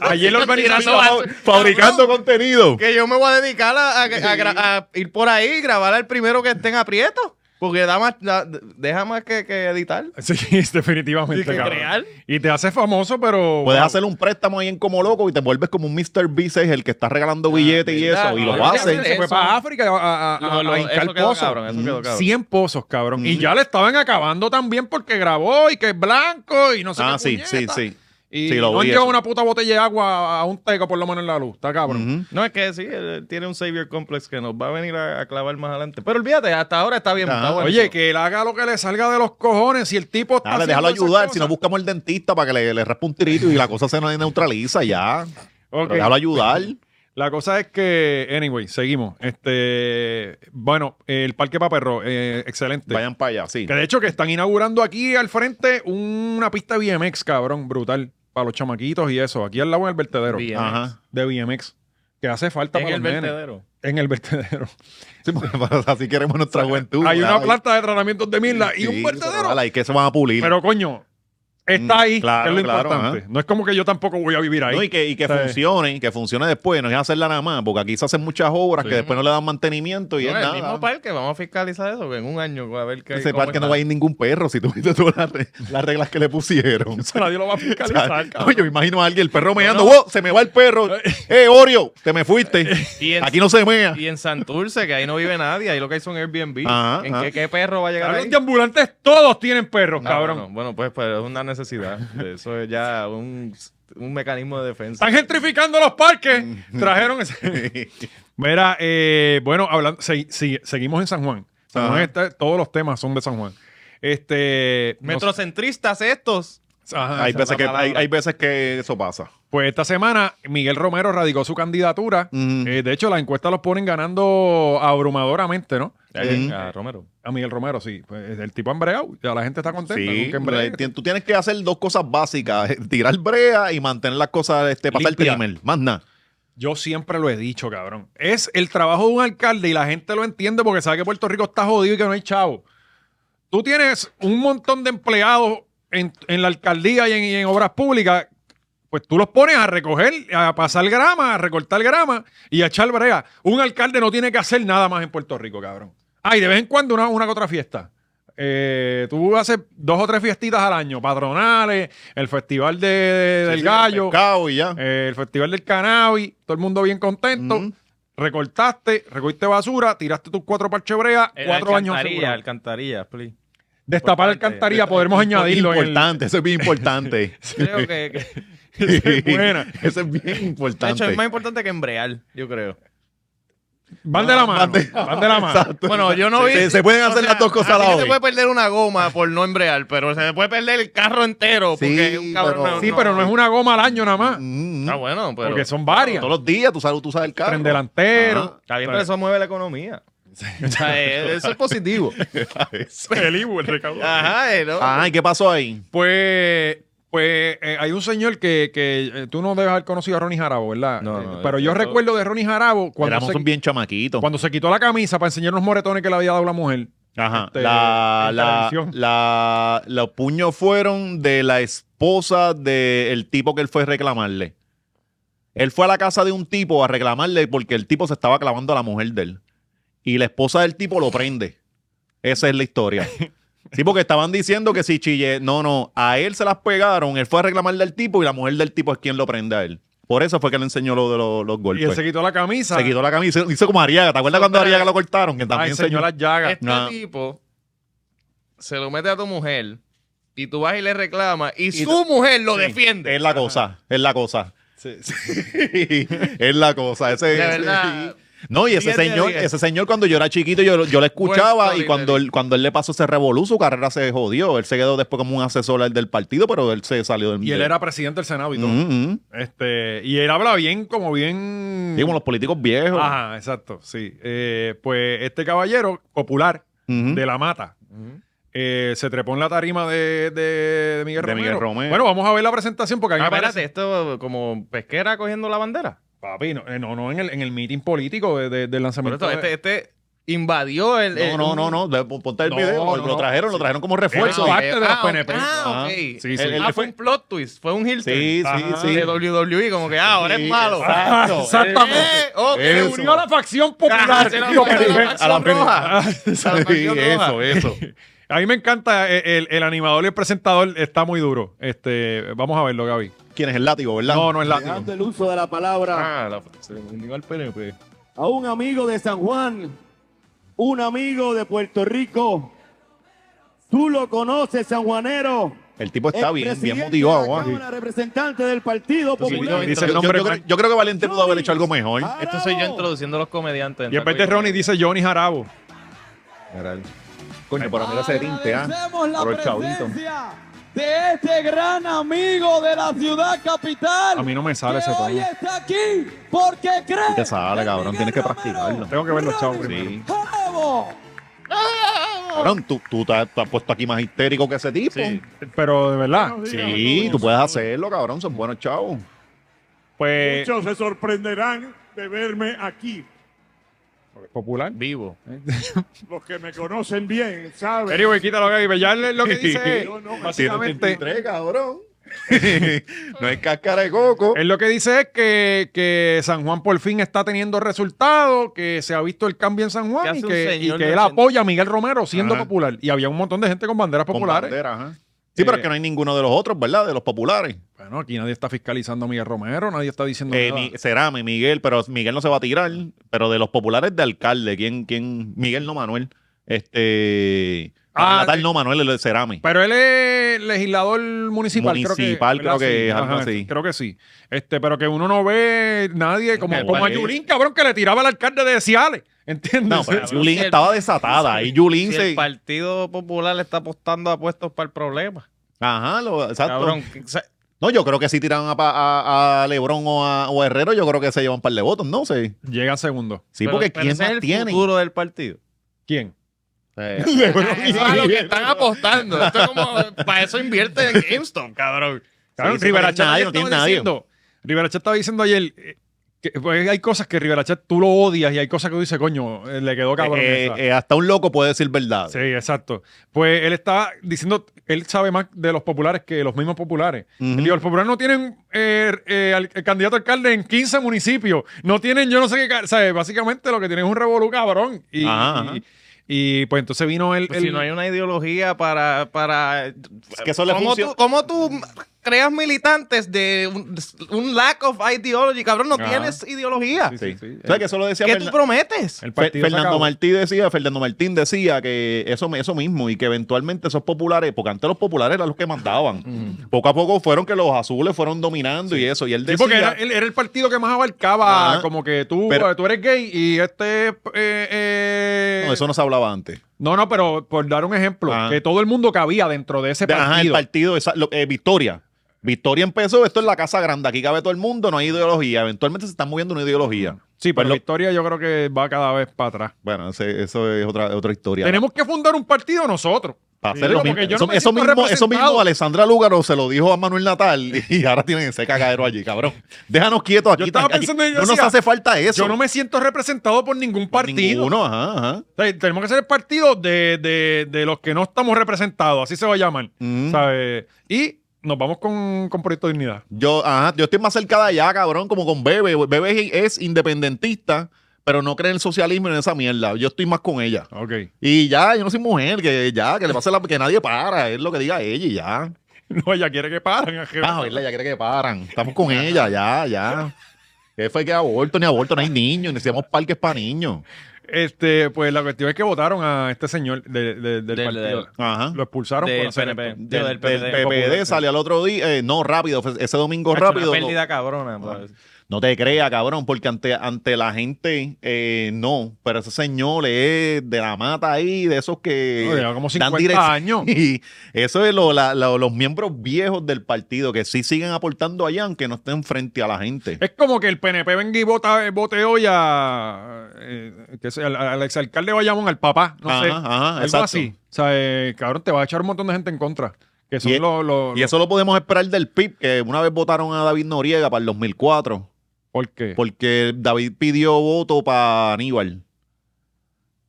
ayer la organización-
Tirando basura.
Fabricando contenido.
Que yo me voy a dedicar a, a- a gra- a ir por ahí y grabar al primero que esté en aprieto. Porque da más, da- deja más que, que editar.
Sí,
Y
definitivamente.
que
cabrón.
crear.
Y te hace famoso, pero.
Puedes
wow.
hacer un préstamo ahí en como loco y te vuelves como un Mr. Beast, es el que está regalando
Ah,
billetes y
¿verdad?
eso, y
No,
lo
ya
hacen.
sé.
Se fue
eso.
para África a, a, a,
Lo- lo-
a hincar
eso quedó
pozos.
cabrón, eso quedó cabrón.
100 pozos, cabrón. Y
Mm.
ya le estaban acabando también porque grabó y que es blanco y no sé
Ah,
qué
sí,
puñeta.
sí, sí.
Y
Sí, lo
no han
vi
llevado
eso.
una puta botella de agua a un teco por lo menos en la luz. Está cabrón.
Ujú.
No, es que sí, él tiene un savior complex que nos va a venir a, a clavar más adelante. Pero olvídate, hasta ahora está bien.
Ah,
está bueno.
Oye, que él haga lo que le salga de los cojones y el tipo está
Dale,
haciendo
déjalo
esas
ayudar, si no
cosas.
buscamos el dentista para que le, le raspe un tirito y la cosa se neutraliza ya.
Ok.
Pero déjalo ayudar.
La cosa es que, anyway, seguimos. Este, bueno, el Parque Paperro, eh, excelente.
Vayan para allá, sí.
Que de hecho que están inaugurando aquí al frente una pista BMX, cabrón, brutal. Para los chamaquitos y eso. Aquí al lado en el vertedero.
BMX.
Ajá.
De BMX. Que hace falta
en
para
el
los nenes.
vertedero.
En el vertedero.
Sí, porque para- así queremos nuestra juventud.
Hay una
¿verdad?
planta de tratamientos de mirla y
Sí,
un vertedero.
pero, dale, y que se van a pulir.
Pero coño, está
Mm,
ahí,
claro,
que es lo
claro,
importante. No es como que yo tampoco voy a vivir ahí.
No, y que, y que
O sea,
funcione, y que funcione después, no es hacerla nada más, porque aquí se hacen muchas obras que después no le dan mantenimiento y
No,
es
en el
nada.
mismo parque, vamos a fiscalizar eso que en un año, a ver qué
Ese
cómo
parque
está.
no va a ir ningún perro si tuviste todas las, re- las reglas que le pusieron.
eso nadie lo va a
O
fiscalizar,
sea,
cabrón.
no, yo imagino a alguien, el perro meando, ¡Oh, se me va el perro. ¡Eh, Oreo! Te me fuiste.
Y en-
Aquí no se mea.
Y en Santurce, que ahí no vive nadie, ahí lo que hay son Airbnb.
Ajá,
¿En
ajá.
Qué, qué perro va a llegar
Cabrón,
ahí?
de ambulantes todos tienen perros,
Ah,
cabrón.
Bueno, bueno, pues, pues, es una necesidad. Eso es ya un, un mecanismo de defensa.
Están gentrificando los parques.
Mm.
Trajeron ese. Mira, eh, bueno, hablando, se- sigue- seguimos en San Juan. San Juan
Ajá.
está- todos los temas son de San Juan. Este. no sé-
Metrocentristas estos.
ajá,
Hay
esa-
veces, que,
palabra.
hay, hay veces que eso pasa.
Pues esta semana Miguel Romero radicó su candidatura.
Ujú.
Eh, de hecho, la encuesta los ponen ganando abrumadoramente, ¿no? Eh,
Sí.
Ah, Romero.
A Miguel Romero, sí. Pues, el tipo ha embreado. Ya la gente está contenta.
Sí, pues,
con que
pero
embree.
ti- tú tienes que hacer dos cosas básicas: eh, tirar brea y mantener las cosas, este, pasar el
Limpia.
primer. Más nada.
Yo siempre lo he dicho, cabrón. Es el trabajo de un alcalde y la gente lo entiende porque sabe que Puerto Rico está jodido y que no hay chavo. Tú tienes un montón de empleados en, en la alcaldía y en, y en obras públicas, pues tú los pones a recoger, a pasar grama, a recortar grama y a echar brea. Un alcalde no tiene que hacer nada más en Puerto Rico, cabrón. Ay, de vez en cuando una, una que otra fiesta. Eh, tú haces dos o tres fiestitas al año, patronales, el festival de- de- del
Sí, sí,
gallo.
pescado y ya.
Eh, el Festival del Cannabis, todo el mundo bien contento.
Ujú.
Recortaste, recogiste basura, tiraste tus cuatro parchebreas,
Eh,
cuatro años
alcantarilla,
asegurados.
alcantarilla, please.
Destapar alcantarilla, podremos añadirlo. en el-
Importante, eso es bien importante.
Creo que, que- de
es buena.
Eso es bien
hecho,
importante.
es más importante que embrear, yo creo.
Van de la mano. Van de la mano.
Exacto.
Bueno, yo no vi.
Se, se pueden
o
hacer
sea,
las dos cosas
a
a
ti
la
se te
vez.
puede perder una goma por no embrear, pero se te puede perder el carro entero porque
Sí,
un cabrón.
pero-
Sí, pero no es una goma al año nada más.
Mm,
Está bueno, pero.
Porque son varias.
Todos los días tú sabes, tú sabes el carro.
Tren delantero.
Está bien, pero eso mueve la economía. O sea, eh, eso es positivo.
El Ibu, el recaudo.
Ajá, eh, ¿no?
Ajá, ¿y qué pasó ahí?
Pues, pues eh, hay un señor que, que, eh, tú no debes haber conocido a Ronnie Jarabo, ¿verdad?
No,
Eh,
no,
Pero
es
yo
que no.
recuerdo de Ronnie Jarabo cuando
Éramos
se,
un bien chamaquitos.
cuando se quitó la camisa para enseñar unos moretones que le había dado la mujer.
Ajá.
este,
la,
en
la,
televisión.
la- los puños fueron de la esposa del tipo que él fue a reclamarle. Él fue a la casa de un tipo a reclamarle porque el tipo se estaba clavando a la mujer de él. Y la esposa del tipo lo prende. Esa es la historia. Sí, porque estaban diciendo que si Chille, no, no, a él se las pegaron, él fue a reclamarle al tipo y la mujer del tipo es quien lo prende a él. Por eso fue que le enseñó lo de los, los
Y él
golpes.
se quitó la camisa.
pues. Se quitó la camisa, hizo como Ariaga. ¿Te acuerdas cuando a Ariaga lo cortaron? Que
ah,
también
enseñó las llagas.
Este
No.
tipo se lo mete a tu mujer y tú vas y le reclamas y,
Y
su mujer lo
Sí,
defiende.
Es la
Ah,
cosa, es la cosa. es la cosa. Ese,
De
ese-
verdad.
No, y ese
Diez de
señor,
diez.
ese señor cuando yo era chiquito, yo, yo le escuchaba y
storytelling.
cuando él, cuando él le pasó ese revolú, su carrera se jodió. Él se quedó después como un asesor al del partido, pero él se salió del
Y él
del-
era presidente del Senado y todo.
Mm, mm.
Este, y él habla bien, como bien.
Sí, como los políticos viejos.
Ajá, exacto, sí. Eh, pues este caballero popular
Ujú.
de la mata.
Ujú.
eh, se trepó en la tarima de, de- de Miguel,
De Miguel
Romero.
Romero.
Bueno, vamos a ver la presentación porque a mí
Ah,
me
espérate,
parece-
esto como pesquera cogiendo la bandera.
Papi, no, eh, no, no, en el, en el meeting político de- de- del
Por
lanzamiento.
eso,
de-
este, este invadió el. el-
No, no, no,
un-
no. de- Ponte el
No,
video.
no,
lo
no.
trajeron, lo trajeron como refuerzo.
Era
Ah,
parte de los
ah,
PNP.
Ah, ok.
Ajá.
Sí, sí.
El-
Él
ah,
le
fue
fue-
un plot twist, fue un Hilton.
Sí, sí,
Ajá.
sí.
De WWE, como que ah, ahora es
Sí,
malo.
exacto.
Exactamente.
Eh, ok.
Se
Eso.
unió a la facción
Ah,
popular.
se la-
Digo,
a la
PNP.
facción roja. A la
Sí,
facción
eso,
roja.
eso.
A mí me encanta el, el- el animador y el presentador está muy duro. Este, vamos a verlo, Gaby.
¿Quién es el látigo, verdad?
No, no es látigo.
Dando el uso de la palabra
Ah, la- se unió al PNP.
a un amigo de San Juan, un amigo de Puerto Rico. Tú lo conoces, sanjuanero.
El tipo está bien, bien
Expresidente
motivado.
de la
ah.
Cámara, representante del Partido
sí,
Popular.
dice el
Yo-
nombre
yo, creo-
mal.
yo creo que Valiente este pudo haber hecho algo mejor.
Ah,
Esto soy yo
Bravo.
introduciendo a los comediantes.
Y en vez de Ronnie dice Johnny Jarabo.
Coño, pero mira ese tinte, ¿ah?
Agradecemos la
Por el chavito.
presencia de este gran amigo de la ciudad capital.
A mí no me sale
que
ese tono.
hoy está aquí porque cree.
Te sale,
en
cabrón,
Miguel
tienes que
Romero.
practicarlo.
Tengo que ver los chavos
Ronnie
primero.
Jarabo.
Cabrón, tú, tú te, has, te has puesto aquí más histérico que ese tipo. Sí,
Sí.
Pero de verdad.
tú puedes hacerlo, cabrón. Son buenos chavos.
Pues.
Muchos se sorprenderán de verme aquí.
Popular.
Vivo.
Los que me conocen bien saben.
Anyway, quítalo, Gaby. Pero ya lo que dice es,
No, no,
básicamente,
cabrón. no es cáscara de coco.
él lo que dice es que, que San Juan por fin está teniendo resultados, que se ha visto el cambio en San
¿Qué
Juan
hace
y
un
que, y
señor
que
de
él
80?
apoya a Miguel Romero siendo
Ajá.
popular. Y había un montón de gente con banderas
Con
populares.
bandera, ajá. Sí,
Eh.
pero es que no hay ninguno de los otros, ¿verdad? De los populares.
Bueno, aquí nadie está fiscalizando a Miguel Romero, nadie está diciendo
Eh,
nada.
mi- Cerame, Miguel, pero Miguel no se va a tirar. Pero de los populares de alcalde, ¿quién? quién? Miguel no Manuel. Este.
Ah,
Natal
eh.
no Manuel, el de Cerame.
pues,
Pero él es legislador municipal,
Municipal,
creo que, ¿verdad?
creo que es
Sí,
algo así.
Creo que sí. Este, pero que uno no ve nadie como,
Que
como a
parece-
Yulín, cabrón, que le tiraba al alcalde de Ciales. ¿Entiendes?
No, pero Yulín
si el-
estaba desatada. Y Yulín
Si
se.
el Partido Popular está apostando a puestos para el problema.
Ajá, lo- exacto.
Cabrón. que- o sea,
No, yo creo que si tiran a, pa- a, a Lebrón o a, o a Herrero, yo creo que se llevan un par de votos, no sé.
Llega segundo.
Sí,
pero-
porque
pero
¿quién
ese
más
es el
tiene?
futuro del partido.
¿Quién?
Eh,
Eso es lo que están apostando. Esto es como, para eso invierte en GameStop, cabrón.
Claro,
Sí, sí,
Rivera
no tiene
Chat
nadie,
ayer
no tiene
estaba
nadie.
diciendo- Rivera Chat estaba diciendo ayer eh, que pues, hay cosas que Rivera Chat tú lo odias y hay cosas que tú dices, coño, eh, le quedó cabrón.
eh,
esa.
eh, hasta un loco puede decir verdad.
Sí, exacto. Pues él está diciendo, él sabe más de los populares que los mismos populares.
Ujú.
Digo, los populares no tienen eh, eh, al- el candidato a alcalde en 15 municipios. No tienen, yo no sé qué, ca- o sea, básicamente lo que tienen es un revolú cabrón. Y,
Ajá, ajá.
y, y, pues entonces vino el...
Pues
el-
si no hay una ideología para... para
que eso le
¿cómo,
funciona.
tú, ¿Cómo tú creas militantes de un, un lack of ideology. Cabrón, no
Ajá.
tienes ideología.
Sí,
Ah. Sí.
sí, sí.
¿Sabes que eso lo decía
¿Qué
Fernan-
tú prometes?
El
Fe-
partido se
Fernando
acabó.
Martí decía, Fernando Martín decía que eso, eso mismo y que eventualmente esos populares, porque antes los populares eran los que mandaban. Poco a poco fueron que los azules fueron dominando y eso. Y él
Sí,
decía,
porque era, él- era el partido que más abarcaba,
Ajá.
como que tú,
Pero-
eh, tú eres gay y este... eh, eh,
no, eso no se hablaba antes.
No, no, pero por dar un ejemplo,
Ah.
que todo el mundo cabía dentro de ese
De-
partido.
ajá, el partido, esa- lo- eh, Victoria. Victoria empezó, esto es la casa grande, aquí cabe todo el mundo, no hay ideología. Eventualmente se está moviendo una ideología.
Sí, pero
Pues lo-
la historia yo creo que va cada vez para atrás.
Bueno, ese- eso es otra, otra historia.
Tenemos que fundar un partido nosotros.
Para
Sí,
hacer lo
porque
mismo.
yo no
Eso,
me
eso
siento
mismo, eso mismo
representado.
Alessandra Lúgaro se lo dijo a Manuel Natal y ahora tienen ese cagadero allí, cabrón. Déjanos quietos aquí.
Yo estaba
aquí-
pensando en- yo
no nos
decía,
hace falta eso.
Yo no me siento representado por ningún partido.
Ninguno, ajá, ajá.
O sea, tenemos que ser el partido de, de- de los que no estamos representados, así se va a llamar.
Mm.
¿sabes? Y nos vamos con, con Proyecto Dignidad.
Yo, ajá, yo estoy más cerca de allá, cabrón, como con Bebe. Bebe es independentista, pero no cree en el socialismo y en esa mierda. Yo estoy más con ella.
Ok.
Y ya, yo no soy mujer, que ya, que le pase la que nadie para, es lo que diga ella y ya.
No, ella quiere que paren. ajá.
Ah, verla, ya quiere que paran. Estamos con ella, ya, ya. Que fue que aborto ni aborto, no hay niños, necesitamos parques para niños.
Este, pues la cuestión es que votaron a este señor de- de- del
Del-
partido.
Ajá.
Lo expulsaron
Del
por hacer
PNP.
esto.
Digo, del
El
PPD.
PPD
este.
sale al otro día, eh, no rápido, fue ese domingo
Hacho,
rápido.
Una
no-
pérdida cabrona. pues.
No te creas, cabrón, porque ante, ante la gente, eh, no. Pero ese señor es de la mata ahí, de esos que.
No, lleva como
dan
50
dirección.
años.
Y eso es lo- la- lo- los miembros viejos del partido que sí siguen aportando allá, aunque no estén frente a la gente.
Es como que el PNP venga y vota, eh, vote hoy a, eh, que sea, al, al exalcalde de Bayamón, al papá, no
Ajá,
sé.
ajá,
algo
exacto.
así. O sea, eh, cabrón, te va a echar un montón de gente en contra. Que son
Y- e-
los, los-
Y eso lo podemos esperar del PIB, que una vez votaron a David Noriega para el 2004,
¿Por qué?
porque David pidió voto para Aníbal.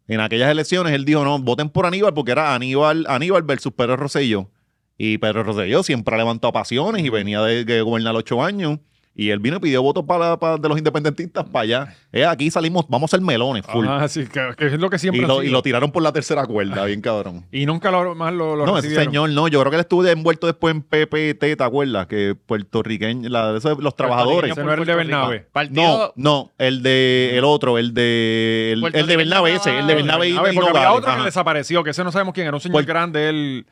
En aquellas elecciones él dijo, no, voten por Aníbal porque era Aníbal, Aníbal versus Pedro Rosselló. Y Pedro Rosselló siempre ha levantado pasiones y venía de, de gobernar ocho años. Y él vino y pidió votos para, para- de los independentistas para allá. Eh, aquí salimos, vamos a ser melones, full.
Ajá, sí, que, que es lo que
y,
siempre han
lo, y
sido.
lo tiraron por la tercera cuerda, bien cabrón.
Y nunca lo, más lo, lo
No, ese
recibieron.
señor no. Yo creo que él estuvo envuelto después en PPT, ¿te acuerdas? Que puertorriqueño, la- eso de los trabajadores.
Ese no era el de Bernabe.
No,
Ah, Partido.
no, el de el otro, el de el, el de Bernabe ese, el de Bernabe y,
A ver,
y
porque había
Nogales,
otro
ajá. Pues-
que desapareció, que ese no sabemos quién era, un señor
¿Cuál?
grande, el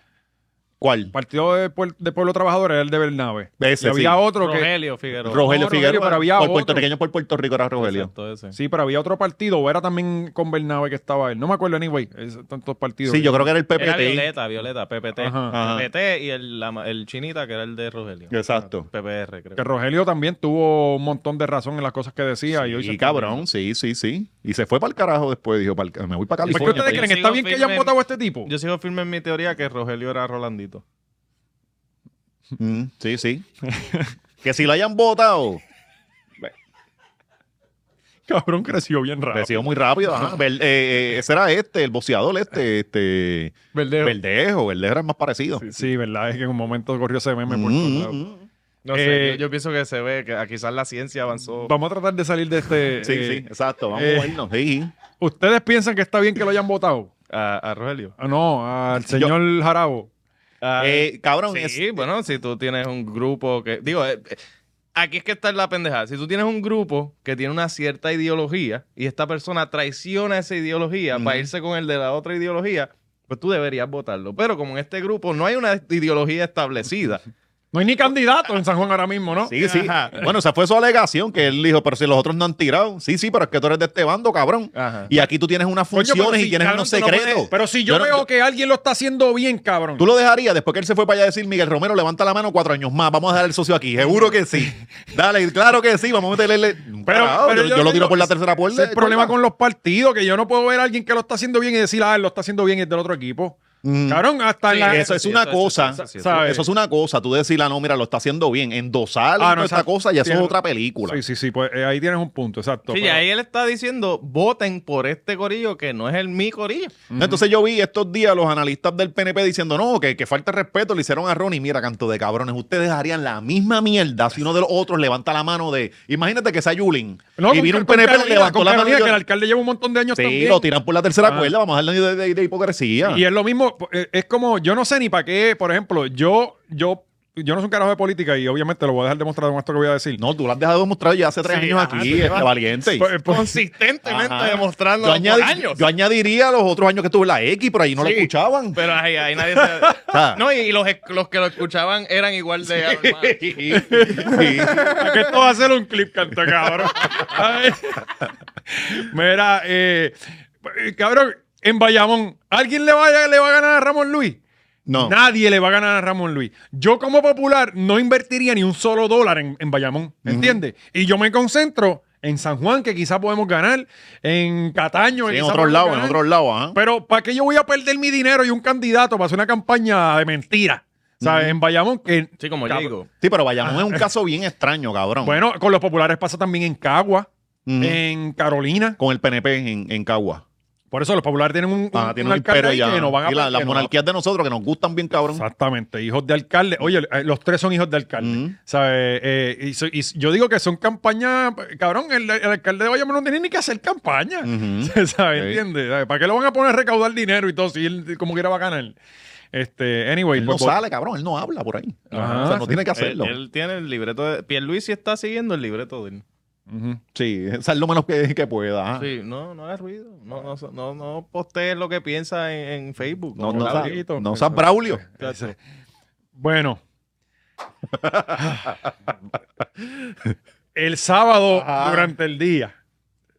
¿Cuál?
partido de, Puer- de Pueblo Trabajador era el de Bernabe.
Ese,
y había
sí.
otro que...
Rogelio Figueroa.
Rogelio
No, Rogelio,
Figueroa,
pero había
por
otro.
puertorriqueño por Puerto Rico era Rogelio.
Exacto, ese.
Sí, pero había otro partido, o era también con Bernabe que estaba él. No me acuerdo, anyway. Es, tantos partidos.
Sí, yo creo que era el PPT.
Era Violeta, Violeta, PPT.
Ajá.
PPT y el, la- el chinita que era el de Rogelio.
Exacto.
PPR, creo.
Que Rogelio también tuvo un montón de razón en las cosas que decía. y hoy
Y
se-
cabrón, sí, sí, sí. Y se fue para el carajo después, dijo, "Pa'l ca- me voy para
¿Por qué
California.
ustedes
pa'
creen?
allá".
Yo
¿Está
sigo
bien que
firme
hayan
en-
votado a este tipo?
Yo sigo firme en mi teoría que Rogelio era Rolandito.
Mm, sí, sí. que si lo hayan votado.
Cabrón creció bien raro.
Creció muy rápido. Ajá. Vel- eh, eh, ese era este, el boceador este, este.
Verdeo.
Verdejo, Verdejo era el más parecido.
Eh. Sí, verdad, es que en un momento corrió ese meme por todos
Mm,
lados.
mm.
No sé,
Eh,
yo, yo pienso que se ve que ah, quizás la ciencia avanzó.
Vamos a tratar de salir de este.
Sí,
eh,
sí, exacto. Vamos
eh,
a vernos. Sí.
¿Ustedes piensan que está bien que lo hayan votado?
A, a Rogelio.
Ah, No, al señor Jarabo. ah,
Eh, cabrón, es-
Sí, bueno, si tú tienes un grupo que. Digo, eh, eh, aquí es que está la pendejada. Si tú tienes un grupo que tiene una cierta ideología y esta persona traiciona esa ideología para irse con el de la otra ideología, pues tú deberías votarlo. Pero como en este grupo no hay una ideología establecida.
No hay ni candidato en San Juan ahora mismo, ¿no?
sí, sí. Bueno, esa fue su alegación que él dijo, pero si los otros no han tirado. Sí, sí, pero es que tú eres de este bando, cabrón.
Ajá.
Y aquí tú tienes unas
Coño, pero
funciones y
si,
tienes
cabrón,
unos
tú no puedes-
secretos.
pero si yo,
no-
veo que alguien lo está haciendo bien, cabrón.
Tú lo dejarías después que él se fue para allá a decir, Miguel Romero, levanta la mano cuatro años más, vamos a dejar el socio aquí. Seguro que sí. Dale, claro que sí, vamos a meterle.
Pero-
Carajo,
pero yo
yo, yo lo
digo,
tiro por la tercera puerta.
Ese es el problema con los partidos, que yo no puedo ver a alguien que lo está haciendo bien y decir, ah, él lo está haciendo bien y es del otro equipo.
Mm.
Cabrón, hasta en
Sí,
la...
Eso es
sí,
una
eso, eso,
cosa,
eso, eso,
eso. ¿sabes?
eso es una cosa, tú decirle, "Ah, no, mira, lo está haciendo bien, endosar
Ah, no,
toda esta
exacto.
cosa, ya eso es
Tienes-
otra película.
Sí, sí, sí, pues eh, ahí tienes un punto, exacto.
Sí, y
pero-
ahí él está diciendo, voten por este corillo que no es el mi corillo.
Entonces yo vi estos días los analistas del PNP diciendo, no, que, que falta de respeto, le hicieron a Ronnie, mira, canto de cabrones, ustedes harían la misma mierda si uno de los otros levanta la mano de, imagínate que sea Yulin,
No,
y
con-
vino un
con
PNP, le
Carolina,
levantó
con
la mano y
Carolina,
yo-
que el alcalde lleva un montón de años
sí,
también.
lo tiran por la tercera
Ah.
cuerda, vamos a hablar de, de- de hipocresía.
Y es lo mismo, eh, es como, yo no sé ni para qué, por ejemplo, yo, yo yo no soy un carajo de política y obviamente lo voy a dejar demostrado con esto que voy a decir.
No, tú lo has dejado demostrado ya hace tres
Sí,
años
ajá, tú
aquí,
llevas-
este valiente.
Pues- pues-
Consistentemente
Ajá.
demostrando
yo,
por
añadi-
años.
yo añadiría los otros años que estuve en la X, pero ahí no lo
Sí.
escuchaban.
Pero ahí, ahí
O
nadie se...
sea,
No, y, y los, esc- los que lo escuchaban eran igual de anormales.
sí, sí.
¿A que esto va a ser un clip, canto cabrón? Ay. Mira, eh, cabrón, en Bayamón, ¿alguien le va, a- le va a ganar a Ramón Luis?
No.
Nadie le va a ganar a Ramón Luis. Yo como popular no invertiría ni un solo dólar en, en Bayamón, ¿entiendes? Y yo me concentro en San Juan, que quizás podemos ganar, en Cataño,
Sí, en
quizá
otros
podemos
lados, en
ganar.
otros lados, ajá.
Pero ¿para qué yo voy a perder mi dinero y un candidato para hacer una campaña de mentira? ¿Sabes? En Bayamón, que...
Sí, como
Cabrón.
digo.
Sí, pero Bayamón es un caso bien extraño, cabrón.
Ah. Bueno, con los populares pasa también en Cagua,
Ujú.
en Carolina.
Con el PNP en, en Cagua.
Por eso los populares tienen un,
Ah,
un-
tiene
un
un
alcalde
imperio
ahí
ya.
que no van a
y la-
que
las
no-
monarquías de nosotros que nos gustan bien, cabrón.
Exactamente, hijos de alcalde. Oye, eh, los tres son hijos de alcalde.
Ujú.
¿Sabes? Eh, y so- y yo digo que son campañas, cabrón, el, el alcalde de Bayamón no tiene ni que hacer campaña.
Ujú.
¿Sabes?
Sí.
¿Entiendes? ¿Sabes? ¿Para qué lo van a poner a recaudar dinero y todo si él como quiera va a ganar? Este, anyway,
Él no
pues, voy-
sale, cabrón. Él no habla por ahí.
Ajá.
o sea, no tiene que
Él,
hacerlo.
él tiene el libreto de... Pierluisi está siguiendo el libreto de él.
Ujú.
Sí, sal lo menos que, que pueda. ajá.
Sí, no, no hagas ruido. No, no, no, no postees lo que piensa en, en Facebook.
No,
Como
no,
radio.
seas-
Braulio.
no seas Braulio.
Exacto.
Bueno. el sábado,
Ajá.
durante el día,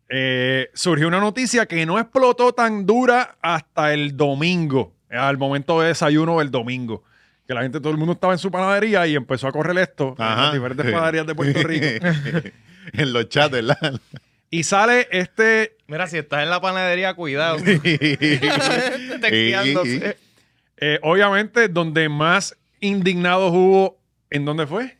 eh, surgió una noticia que no explotó tan dura hasta el domingo, al momento de desayuno del domingo. Que la gente, todo el mundo estaba en su panadería y empezó a correr esto en
Ajá.
las diferentes panaderías de Puerto Rico.
en los chats, ¿verdad?
Y sale este,
Mira, si estás en la panadería, cuidado.
Sí, sí.
Texteándose.
eh, obviamente, donde más indignados hubo, ¿en dónde fue?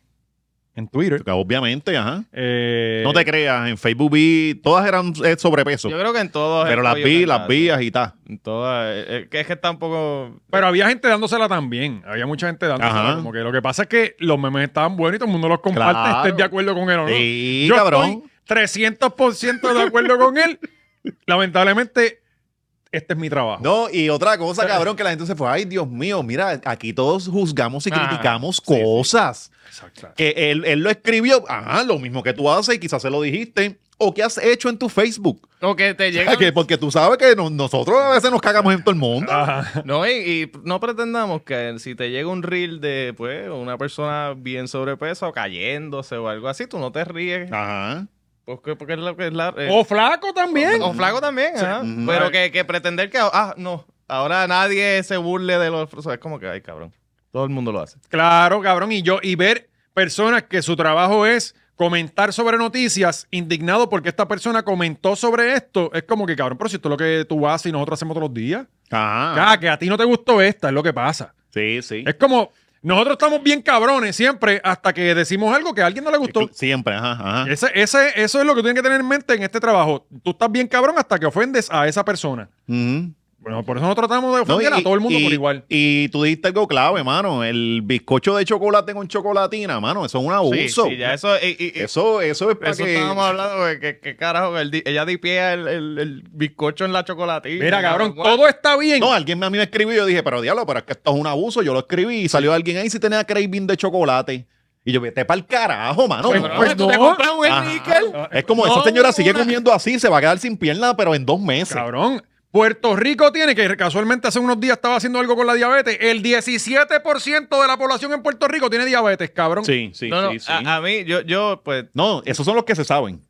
En Twitter.
Obviamente, ajá.
Eh,
No te creas, en Facebook vi, todas eran eh, sobrepeso.
Yo creo que en todos.
Pero las
estoy
vi,
orientada.
las vi agitadas.
En todas. eh, eh, que es que tampoco.
Pero había gente dándosela también. Había mucha gente dándosela.
Ajá.
Como que lo que pasa es que los memes estaban buenos y todo el mundo los comparte.
Claro.
Estés de acuerdo con él o no.
Sí,
Yo
cabrón.
estoy 300% de acuerdo con él. Lamentablemente, este es mi trabajo.
No, y otra cosa, cabrón, que la gente se fue, ay, Dios mío, mira, aquí todos juzgamos y
Ah,
criticamos cosas.
Exacto.
Que él, él lo escribió, ajá, lo mismo que tú haces y quizás se lo dijiste, o que has hecho en tu Facebook.
O que te llega.
Que- porque tú sabes que no- nosotros a veces nos cagamos en todo el mundo.
Ajá.
No, y, y no pretendamos que si te llega un reel de pues una persona bien sobrepeso cayéndose o algo así, tú no te ríes.
Ah. Ajá.
Porque, porque es lo que es la. eh,
O flaco también.
o flaco también, ajá.
Ujú.
Pero que, que pretender que. Ah, no. Ahora nadie se burle de los. o sea, es como que, ay, cabrón. Todo el mundo lo hace.
Claro, cabrón. Y yo, y ver personas que su trabajo es comentar sobre noticias indignado porque esta persona comentó sobre esto. Es como que, cabrón, pero si esto es lo que tú haces y nosotros hacemos todos los días.
Ajá.
Ah, que a ti no te gustó esta, es lo que pasa.
Sí, sí.
Es como, nosotros estamos bien cabrones siempre hasta que decimos algo que a alguien no le gustó.
Siempre, ajá, ajá.
Ese, ese, eso es lo que tienen que tener en mente en este trabajo. Tú estás bien cabrón hasta que ofendes a esa persona.
Ujú.
Bueno, por eso nosotros tratamos de
No,
ofender a todo el mundo por igual.
Y tú dijiste algo clave, mano. El bizcocho de chocolate con chocolatina, mano. Eso es un
Sí,
abuso.
sí, ya eso. y- y- y-
Eso, eso es para
Eso
que...
estábamos hablando de que, que carajo, que el di- ella dipea el, el, el bizcocho en la chocolatina.
Mira, cabrón,
Guau.
todo está bien.
No, alguien a mí me escribió y yo dije, pero diablo, pero es que esto es un abuso. Yo lo escribí y salió alguien ahí si tenía craving de chocolate. Y yo, vete para el carajo, mano.
Pues,
No,
pues,
es-
¿Tú te
no.
compras un
Ajá.
níquel?
Es como esa
No,
señora sigue
una-
comiendo así, se va a quedar sin pierna, pero en dos meses.
Cabrón. Puerto Rico tiene, que casualmente hace unos días estaba haciendo algo con la diabetes, el 17% de la población en Puerto Rico tiene diabetes, cabrón.
Sí, sí,
No, no,
sí. sí.
A, a mí, yo, yo, pues,
No, esos son los que se saben.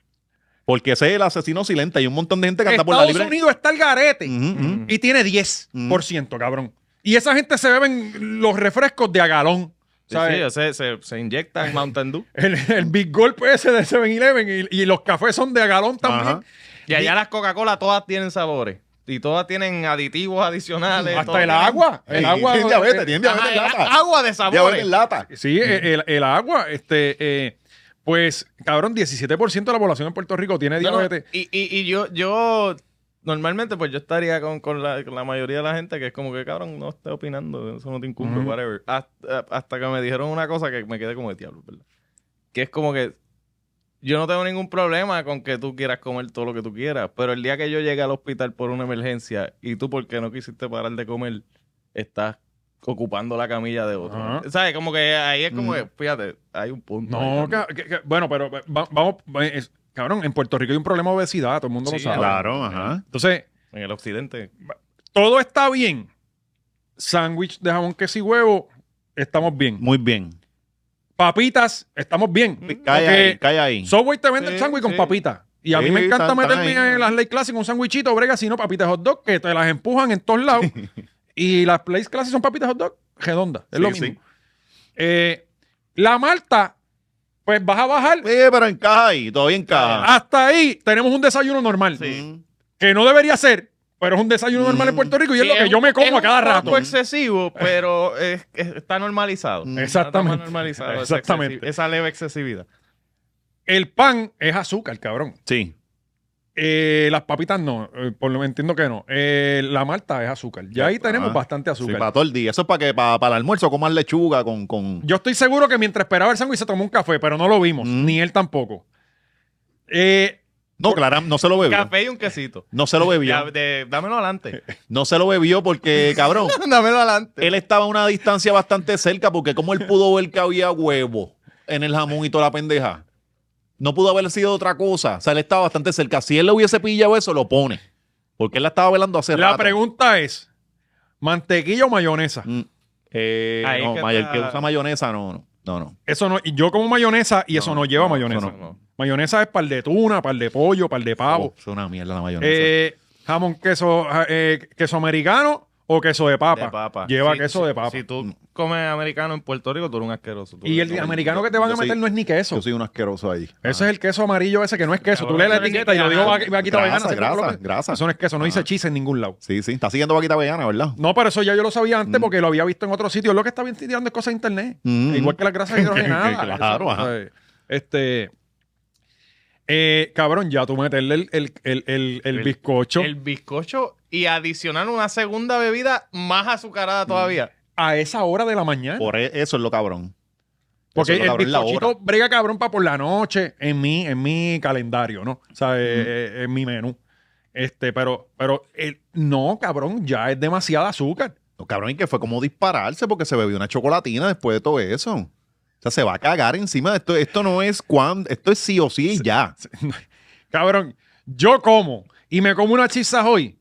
Porque ese es el asesino silente. Hay un montón de gente que anda por la
Estados
libre.
Unidos está el garete.
Ujú, ujú.
y tiene 10%, cabrón. Y esa gente se beben los refrescos de a galón.
sí,
¿sabes?
sí, yo sé, se, se inyecta en Mountain Dew.
el, el Big Gulp ese de 7-Eleven y, y los cafés son de a galón también.
Ajá.
Y allá las Coca-Cola todas tienen sabores. Y todas tienen aditivos adicionales. todas
Hasta el
tienen-
agua. El
Sí,
agua.
tiene diabetes, tiene
Ajá,
diabetes en
el
lata.
agua de
Diabetes
sabores.
en lata.
Sí, e, el, el- el agua, este, eh, pues, cabrón, 17% de la población en Puerto Rico tiene
No, no,
diabetes.
Y, y, y yo, yo, normalmente, pues yo estaría con, con la, con la mayoría de la gente que es como que, cabrón, no esté opinando, eso no te incumbe,
Ujú.
whatever. Hasta, hasta que me dijeron una cosa que me quedé como de diablo, ¿verdad? Que es como que yo no tengo ningún problema con que tú quieras comer todo lo que tú quieras, pero el día que yo llegue al hospital por una emergencia y tú porque no quisiste parar de comer, estás ocupando la camilla de otro.
Ajá. Mm.
¿Sabes? Como que ahí es como que, fíjate, hay un punto. ahí
No,
también.
ca- que- que- bueno, pero eh, va- vamos, es- cabrón, en Puerto Rico hay un problema de obesidad, todo el mundo
Sí,
lo sabe.
Claro, ajá.
Entonces,
En el occidente.
todo está bien. Sándwich de jamón, queso y huevo, estamos bien.
Muy bien.
Papitas, estamos bien.
Mm.
Cae
Porque
ahí, cae ahí.
Subway te vende
Sí,
el sándwich con
sí.
papitas. Y a mí
Mm. Sí,
me encanta
están- están
meterme
ahí.
en las ley clásicas un sándwichito, brega, si no, papitas hot dog, que te las empujan en todos lados. y las ley clásicas son papitas hot dog redondas. Es
Sí,
lo
sí.
mismo. Eh, la Malta, pues vas a bajar.
Sí, pero encaja ahí, todavía
Ah,
encaja.
Hasta ahí tenemos un desayuno normal.
ah. Sí.
Que no debería ser, pero es un desayuno normal en
Mm.
Puerto Rico y
Sí,
es lo que yo
un-
me como
es
a cada
un
rato.
poco excesivo, pero es- es- está normalizado.
Mm.
Exactamente.
Está normalizado ese
Exactamente.
excesi- Esa leve excesividad.
El pan es azúcar, cabrón.
Sí.
Eh, las papitas no, eh, por lo entiendo que no. Eh, la malta es azúcar. Ya ahí
está.
tenemos bastante azúcar.
Ah, Sí, para todo el día. Eso es para que para, para el almuerzo comas lechuga con, con...
Yo estoy seguro que mientras esperaba el sándwich se tomó un café, pero no lo vimos,
Mm.
ni él tampoco. Eh,
No, Clara, no se lo bebió.
Café y un quesito.
No se lo
Ya,
bebió.
de- dámelo adelante.
No se lo bebió porque, cabrón,
dámelo adelante.
él estaba a una distancia bastante cerca porque como él pudo ver que había huevo en el jamón y toda la pendeja. No pudo haber sido otra cosa. O sea, él estaba bastante cerca. Si él le hubiese pillado eso, lo pone. Porque él la estaba velando hace
la
rato.
pregunta es: ¿mantequilla o mayonesa?
Mm. Eh,
Ahí es
no,
que
may- el
está-
que usa mayonesa, no, no. No, no.
Eso no, y yo como mayonesa y eso no lleva mayonesa.
eso no.
Mayonesa es par de tuna, par de pollo, par de pavo.
Oh, es una mierda la mayonesa.
Eh, jamón queso, ja- eh, queso americano o queso de papa.
De papa.
Lleva
Sí,
queso
sí,
de papa.
Si tú comes americano en Puerto Rico, tú eres un asqueroso. Tú
y
eres
el
un-
americano que te van
yo
a meter
soy-
no es ni queso.
Yo soy un asqueroso ahí.
Ese es el queso amarillo ese que no es queso. Tú lees la
Cabrón,
etiqueta y yo digo
ajá.
va- vaquita
Grasa,
vegana. se
grasa,
lo colocan.
grasa. Ah.
Eso no es queso, no dice
Ajá.
cheese en ningún lado.
Sí, sí. Está siguiendo Vaquita Vegana, ¿verdad?
No, pero eso ya yo lo sabía antes
Mm.
porque lo había visto en otros sitios. Lo que estaba tirando es cosas de internet.
Mm.
Igual que las grasas hidrogenadas.
Que- que- claro,
Eso,
ajá.
¿sabes? Este. eh, cabrón, ya tú meterle el, el, el, el, el
El-
bizcocho
El bizcocho y adicionar una segunda bebida más
Mm.
azucarada todavía.
a esa hora de la mañana.
Por e- eso es lo
Eh.
cabrón.
Porque
Eso es
el
lo cabrón, la hora.
bizcochito brega cabrón para por la noche en mi, en mi calendario, ¿no? O sea, eh, eh, en mi menú. Este, pero, pero el- no, cabrón, ya es demasiada azúcar.
No, cabrón, y que fue como dispararse porque se bebió una chocolatina después de todo eso. O sea, se va a cagar encima de esto. Esto no es cuando, esto es sí o sí y ya.
Cabrón, yo como y me como una chizas hoy.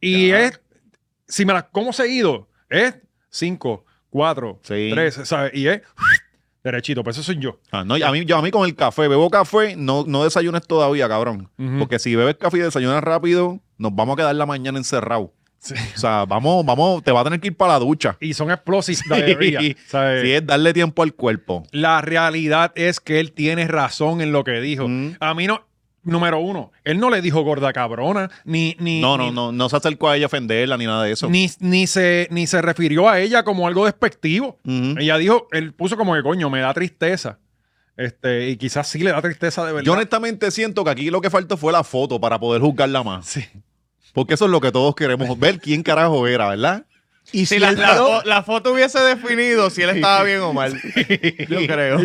Y
Ya.
es, si me las como seguido, es 5, 4,
Sí.
3, ¿sabes? Y es derechito, pues eso soy yo.
Ah, no, y a, mí, yo, a mí con el café, bebo café, no, no desayunes todavía, cabrón.
Ujú.
Porque si bebes café y desayunas rápido, nos vamos a quedar la mañana encerrado.
Sí.
O sea, vamos, vamos, te va a tener que ir para la ducha.
Y son explosivos de bebida, ¿sabes?
Sí, es darle tiempo al cuerpo.
La realidad es que él tiene razón en lo que dijo.
Mm.
A mí no. Número uno, él no le dijo gorda cabrona, ni, ni,
No,
ni,
no, no, no se acercó a ella a ofenderla ni nada de eso.
ni, ni se, ni se refirió a ella como algo despectivo.
Ujú.
Ella dijo, él puso como que coño, me da tristeza. Este, y quizás sí le da tristeza de verdad.
Yo honestamente siento que aquí lo que faltó fue la foto para poder juzgarla más.
Sí.
Porque eso es lo que todos queremos ver, quién carajo era, ¿verdad?
Y
Si
si
la,
él-
la fo- la foto hubiese definido si él estaba bien o mal. Yo creo.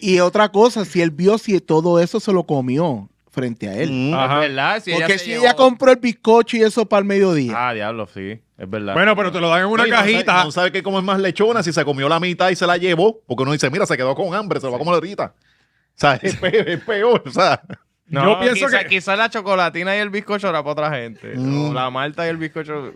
y otra cosa, si él vio si todo eso se lo comió frente a él.
Mm.
Ajá.
¿Verdad? Si
Porque
se
si
llevó-
ella compró el bizcocho y eso para el mediodía.
Ah, diablo, sí. Es verdad.
Bueno, pero te lo dan en una
No, y no
cajita.
sabe- No sabe que como es más lechona si se comió la mitad y se la llevó. Porque uno dice, mira, se quedó con hambre, se lo va a comer ahorita. O sea, es pe- es peor. o sea,
No,
yo pienso
quizá-
que-
Quizás la chocolatina y el bizcocho era para otra gente.
Mm.
O la malta y el bizcocho...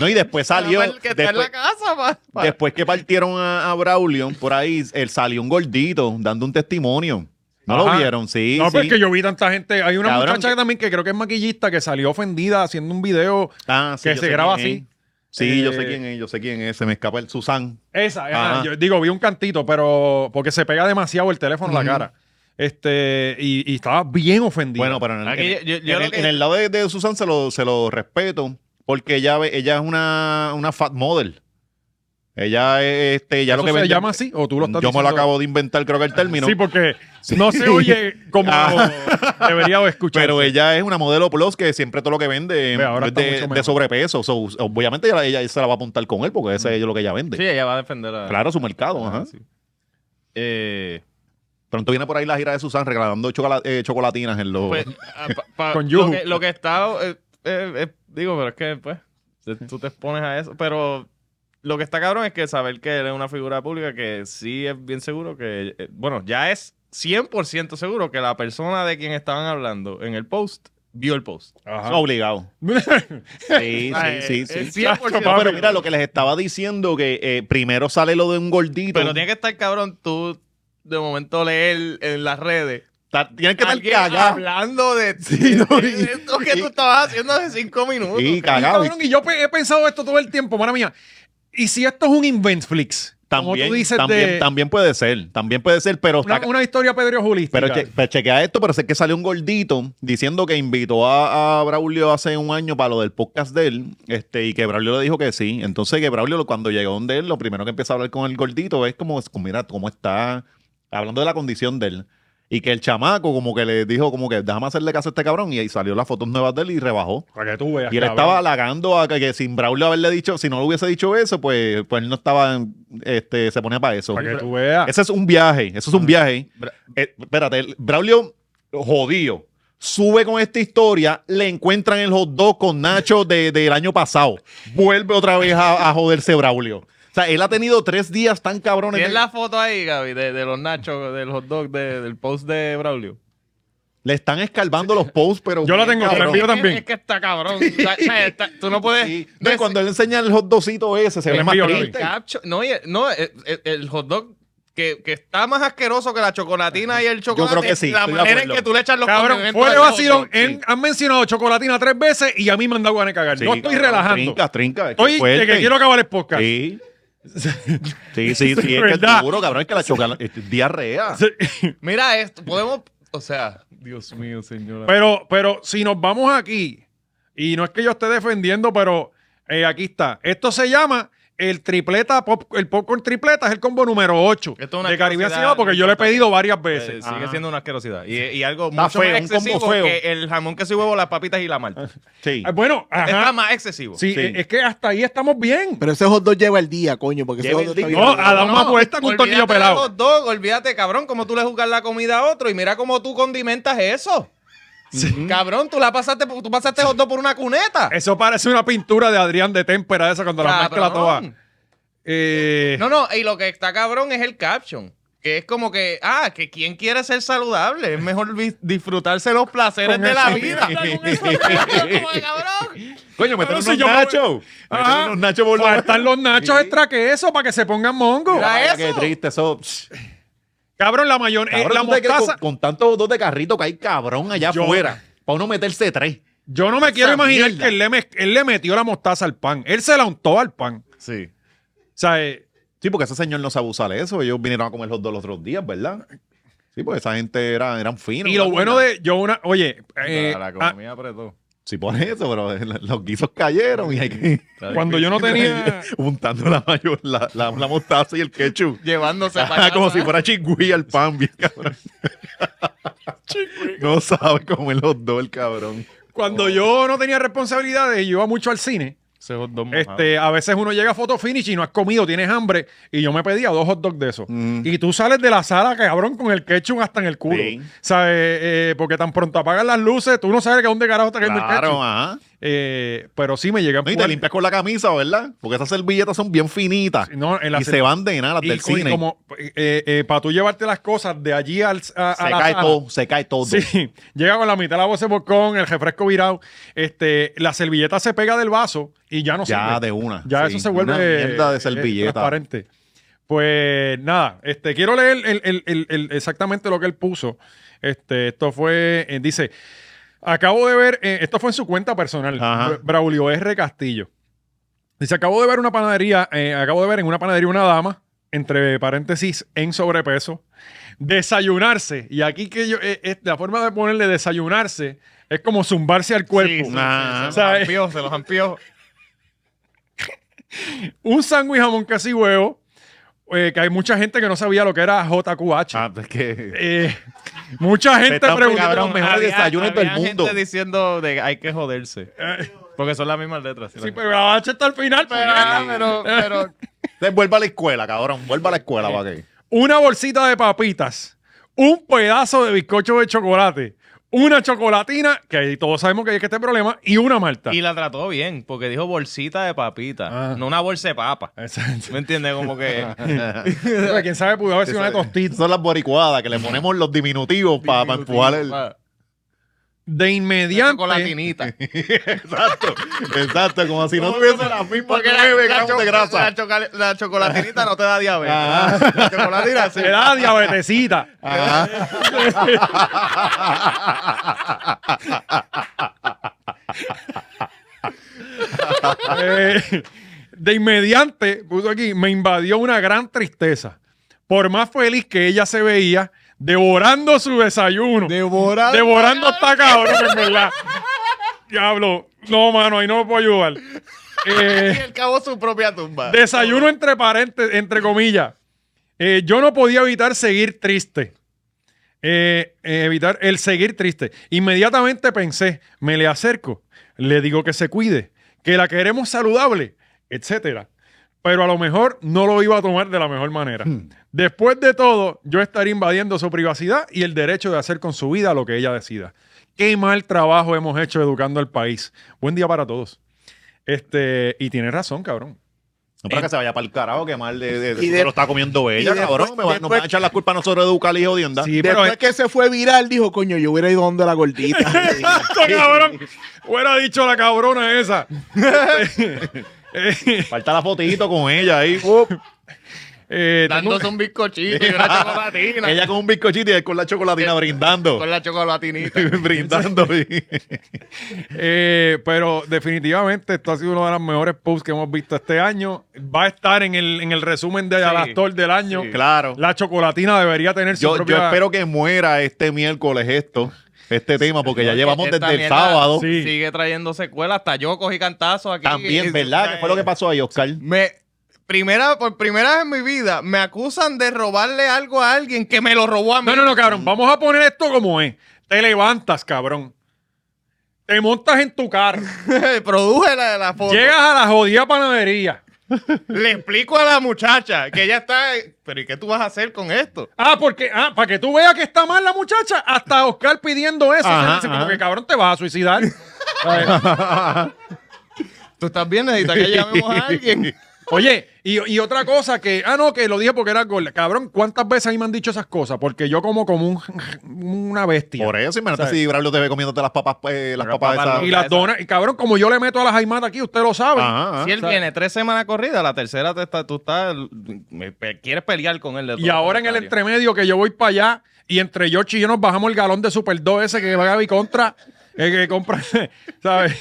no, y después salió.
El que está en
después-
la casa, pa- pa-
Después que partieron a, a Braulio, por ahí él salió un gordito dando un testimonio. ¿No
Ajá.
lo vieron? Sí.
no,
sí.
pero es que yo vi tanta gente. Hay una
Cabrón,
muchacha
que-
también que creo que es maquillista que salió ofendida haciendo un video.
Ah, sí,
que
yo
se
sé
graba
quién es.
así.
Sí, yo
Eh,
sé quién es, yo sé quién es. Se me escapa el Susan.
Esa, ajá,
Ajá.
yo digo, vi un cantito, pero porque se pega demasiado el teléfono a la
Ujú.
cara. Este, y, y estaba bien ofendido.
Bueno, pero en el,
Aquí
en-
yo- yo- yo
en
lo
el-
que-
en el lado de, de Susan se lo, se lo respeto, porque ella, ve- ella es una, una fat model. Ella es, este, ya
¿Eso
lo que
se
vende-
llama así o tú lo estás
Yo me lo
diciendo?
acabo de inventar, creo que el término.
Sí, porque no se oye como debería escuchar.
Ah. pero ella es una modelo plus que siempre todo lo que vende
Ve, ahora
es
está mucho
de,
mejor.
de sobrepeso. So, obviamente ella, ella se la va a apuntar con él porque
Mm.
ese es lo que ella vende.
Sí, ella va a defender a...
Claro, su mercado.
Ah,
ajá.
sí. Eh,
Pronto viene por ahí la gira de Susan regalando chocola- eh, chocolatinas en los...
pues, ah, pa- pa-
Con
lo,
Yuhu.
que, lo que está... eh, eh, eh, digo, pero es que, pues, tú te expones a eso. Pero lo que está cabrón es que saber que él es una figura pública que sí es bien seguro que, eh, bueno, ya es 100% seguro que la persona de quien estaban hablando en el post vio el post.
Son obligados. Ah. Sí,
Ay,
sí,
eh,
sí. sí.
eh, 100%.
No, pero mira lo que les estaba diciendo, que eh, primero sale lo de un gordito.
Pero tiene que estar cabrón tú de momento leer en las redes.
Ta- tienen que estar
alguien
cagados.
hablando de,
Sí, no,
de-
y-
de lo que tú
y-
estabas haciendo hace cinco minutos.
Y
cabrón.
Y,
cagados.
cabrón, y yo pe- he pensado esto todo el tiempo, mala mía. ¿Y si esto es un Inventflix? Como
También,
tú dices
también,
de
también puede ser, también puede ser, pero está,
una, una historia pedriojulística.
Pero, che- pero chequea esto, pero sé que salió un gordito diciendo que invitó a, a Braulio hace un año para lo del podcast de él, este, y que Braulio le dijo que sí. Entonces que Braulio lo- cuando llegó donde él, lo primero que empieza a hablar con el gordito es como, es como, mira, cómo está, hablando de la condición de él. Y que el chamaco como que le dijo como que déjame hacerle caso a este cabrón y ahí salió las fotos nuevas de él y rebajó.
para que tú veas.
Y él
cabrón.
estaba halagando a que, que sin Braulio haberle dicho, si no le hubiese dicho eso, pues, pues él no estaba, este, se ponía para eso.
Para que tú veas.
Ese es un viaje, eso es
Ah.
un viaje. Eh, espérate, el- Braulio, jodido, sube con esta historia, le encuentran el hot dog con Nacho de- del año pasado. Vuelve otra vez a, a joderse Braulio. O sea, él ha tenido tres días tan cabrones.
Tienes la foto ahí, Gaby, de, de los nachos, del hot dog, de- del post de Braulio.
Le están escarbando los posts, pero...
Yo la
bien
tengo, te la
cabrón.
envío
Es que-
también.
Es que está cabrón. O sea, está- tú no puedes.
Sí.
no
No, y
es-
cuando él enseña el hot dogcito ese, se
Te
ve
la
más
envío, Gaby.
triste.
Cacho- no, y- no, el, el- el hot dog que, que está más asqueroso que la chocolatina y el chocolate.
creo que sí,
La
estoy de
manera en
acuerdo.
que tú le echas los
Cabrón,
condimentos
fue de
al hot
vacilón.
dog.
En- Han mencionado chocolatina tres veces y a mí me han dado ganas de cagar.
Sí,
no estoy
cabrón,
relajando.
Trinca, trinca. es que
Estoy de
fuerte.
que quiero acabar el podcast.
Sí. Sí, sí, sí, es que el
verdad.
seguro, cabrón, es que la chocolate es diarrea.
Mira esto, podemos. O sea, Dios mío, señora.
Pero, pero si nos vamos aquí, y no es que yo esté defendiendo, pero eh, aquí está. Esto se llama el tripleta, pop- el popcorn tripleta es el combo número 8
Esto es una
de Caribbean
asquerosidad,
Cinema porque yo lo he
no importa.
pedido varias
Eh,
veces.
sigue
Ajá.
siendo una asquerosidad. Y, y algo
Está
mucho
feo,
más
un combo
excesivo
feo.
que el jamón que se huevo, las papitas y la malta.
Sí.
Eh, Bueno,
Está
ajá.
más excesivo.
Sí,
Sí.
eh, es que hasta ahí estamos bien.
Pero ese hot dog lleva el día, coño, porque ese
Lleva
hot
el
dog está
día.
bien
No,
bueno.
a dar más vuelta con un
Olvídate
tornillo
de
pelado.
los dos, olvídate, cabrón, cómo tú le juzgas la comida a otro y mira cómo tú condimentas eso. Cabrón, tú la pasaste, por- tú pasaste los dos por una cuneta.
Eso parece una pintura de Adrián de Témpera esa cuando la mezcla toda.
Cabrón.
Eh,
No, no, y lo que está cabrón es el caption. Que es como que, ah, que quien quiere ser saludable, es mejor vi- disfrutarse los placeres
Con
de la
eso.
vida. Con eso, como de cabrón.
Coño, meter
Pero
unos
si yo-
nachos.
Ajá.
Meter unos nachos por lo-
Faltan los nachos extra que eso para que se pongan mongo.
Mira
Vaya,
eso.
Qué triste eso. Psh,
Cabrón, la mayor, eh,
cabrón,
la
¿tú te crees
mostaza.
Con, con tantos dos de carrito que hay cabrón allá
Yo-
afuera. Para uno meterse tres.
Yo no me quiero
Esa
imaginar
mierda.
que él le, mez- él le metió la mostaza al pan. Él se la untó al pan.
Sí.
O sea, eh,
Sí, porque ese señor no sabe usar eso. Ellos vinieron a comer los dos los otros días, ¿verdad? Sí, porque esa gente era, eran finos.
y lo bueno de yo una, oye, eh,
la
ah,
economía apretó.
Sí, por eso, pero los guisos cayeron y hay que...
Está
cuando yo no tenía,
Untando la, mayo, la, la- la mostaza y el ketchup.
Llevándose
Ajá,
para
como
casa.
¿eh?
si fuera chingüí al pan, bien cabrón. no sabe comer los dos el cabrón.
oh.
cuando yo no tenía responsabilidades, y yo iba mucho al cine.
Ese hot dog mojado.
Este, a veces uno llega a Photo Finish y no has comido, tienes hambre, y yo me pedía dos hot dogs de esos.
Mm.
Y tú sales de la sala, cabrón, con el ketchup hasta en el culo.
Sí.
¿Sabes? Eh, porque tan pronto apagan las luces, tú no sabes que dónde carajo está cayendo el
Claro,
ketchup.
ajá.
Eh, pero sí me llegan
No, y te limpias con la camisa, ¿verdad? Porque esas servilletas son bien finitas.
No, en la
y se van de nada las
Y,
del
co- y
cine.
como para tú llevarte las cosas de allí al, a,
se
a la
cae
sala.
todo, se cae todo.
Sí, llega con la mitad de la voz de bocón, el refresco virado, este, la servilleta se pega del vaso y ya no se
ya de una.
Ya
Ah, sí.
eso se vuelve
Una mierda
eh,
de servilleta.
transparente. Pues nada, este, quiero leer el- el- el- el- exactamente lo que él puso. Este, esto fue, eh, dice, acabo de ver, eh, esto fue en su cuenta personal,
Ajá.
Bra- Braulio R. Castillo. Dice, acabo de ver una panadería, eh, acabo de ver en una panadería una dama, entre paréntesis, en sobrepeso, desayunarse. Y aquí que yo, eh, eh, la forma de ponerle desayunarse es como zumbarse al cuerpo. Ah.
Ajá.
Se los
¿Sabes?
ampió, se los ampió.
un sándwich jamón casi huevo, eh, que hay mucha gente que no sabía lo que era JQH.
Ah, es que.
Eh, mucha gente
están
preguntaba.
pegando los mejores
Había-
desayunos del
había
mundo.
gente diciendo de que hay que joderse. Porque son las mismas letras.
Sí,
pues,
pero H está al final. puñeta.
ah,
pero, pero,
Entonces, Vuelva a la escuela, cabrón. Vuelva a la escuela, ¿para qué?
Una bolsita de papitas, un pedazo de bizcocho de chocolate, una chocolatina, que ahí todos sabemos que hay este problema, y una malta.
Y la trató bien, porque dijo bolsita de papita,
Ah.
no una bolsa de papa.
Exacto.
¿Me entiendes? Como que.
Pero quién sabe, pudo haber sido una tostita.
Son las boricuadas que le ponemos los diminutivos para empujar el.
Pa-
De
una
inmediato.
chocolatinita.
Exacto, exacto, como si no
Como
tuviese
que-
las mismas
Porque la,
9
la
gramos
cho-
de grasa. Ah.
la chocola- la chocolatinita no te da diabetes.
Ajá.
La chocolatina sí.
Se da diabetecita. Eh, de inmediante, puso aquí, me invadió una gran tristeza. Por más feliz que ella se veía, devorando su desayuno.
Devorando.
devorando hasta cabrón, en verdad. Diablo. No, mano, ahí no me puedo ayudar.
Y
Eh,
el cabo su propia tumba.
desayuno entre paréntesis, entre comillas. Eh, yo no podía evitar seguir triste. Eh, eh, evitar el seguir triste. Inmediatamente pensé, me le acerco, le digo que se cuide, que la queremos saludable, etcétera. Pero a lo mejor no lo iba a tomar de la mejor manera. Después de todo, yo estaré invadiendo su privacidad y el derecho de hacer con su vida lo que ella decida. Qué mal trabajo hemos hecho educando al país. Buen día para todos. Este, y tienes razón, cabrón.
No
Eh,
para que se vaya para el carajo, que mal de, de,
Y
eso
de-
lo está comiendo ella,
y
cabrón.
después-
Me va- nos van a
después-
echar la culpa a nosotros de educar al hijo de onda.
Sí, pero
Después
es-
que se fue viral, dijo, coño, yo hubiera ido donde la gordita.
Exacto, cabrón. Hubiera dicho la cabrona esa. Eh,
Falta la fotito con ella ahí.
Oh,
¡up!
eh, tengo-
Dándose un bizcochito y una chocolatina.
ella con un bizcochito y él con la chocolatina brindando.
Eh, Con la chocolatinita.
brindando.
eh, pero definitivamente esto ha sido uno de los mejores posts que hemos visto este año. Va a estar en el, en el resumen de Alastor del año.
claro.
La chocolatina debería tener su
Yo, yo
propia...
espero que muera este miércoles esto, este tema, porque ya llevamos
Esta
desde el
mierda
sábado.
Sí.
Sigue trayendo secuelas, hasta yo cogí cantazos aquí.
También, ¿verdad? ¿Qué fue lo que pasó ahí, Oscar?
Me, primera, por primera vez en mi vida, me acusan de robarle algo a alguien que me lo robó a mí.
No, no, no, cabrón. Vamos a poner esto como es. Te levantas, cabrón. Te montas en tu carro.
Produje la, la foto.
Llegas a la jodida panadería.
Le explico a la muchacha que ella está. Pero ¿y qué tú vas a hacer con esto?
Ah, porque, ah, para que tú veas que está mal la muchacha, hasta Oscar pidiendo eso.
Ajá,
Dice,
ajá.
como que cabrón, te vas a suicidar.
Tú estás bien, necesitas que llamemos a alguien.
Oye, y, y otra cosa que, ah, no, que lo dije porque era gol. Cabrón, ¿cuántas veces a mí me han dicho esas cosas? Porque yo como como un- una bestia.
Por eso, imagínate
¿Sabes?
si Braulio te ve comiéndote las papas, eh, las
Las
papas
papas
esas.
y las donas, y cabrón, como yo le meto a las jaimatas aquí, usted lo sabe.
Ajá, ajá.
Si él viene tres semanas corrida, la tercera te está, tú estás. me- me- quieres pelear con él. de
Y
todo
ahora en el
comentario.
entremedio que yo voy para allá y entre George y yo nos bajamos el galón de Super 2 ese que va Gaby contra, eh, que compra, ¿sabes?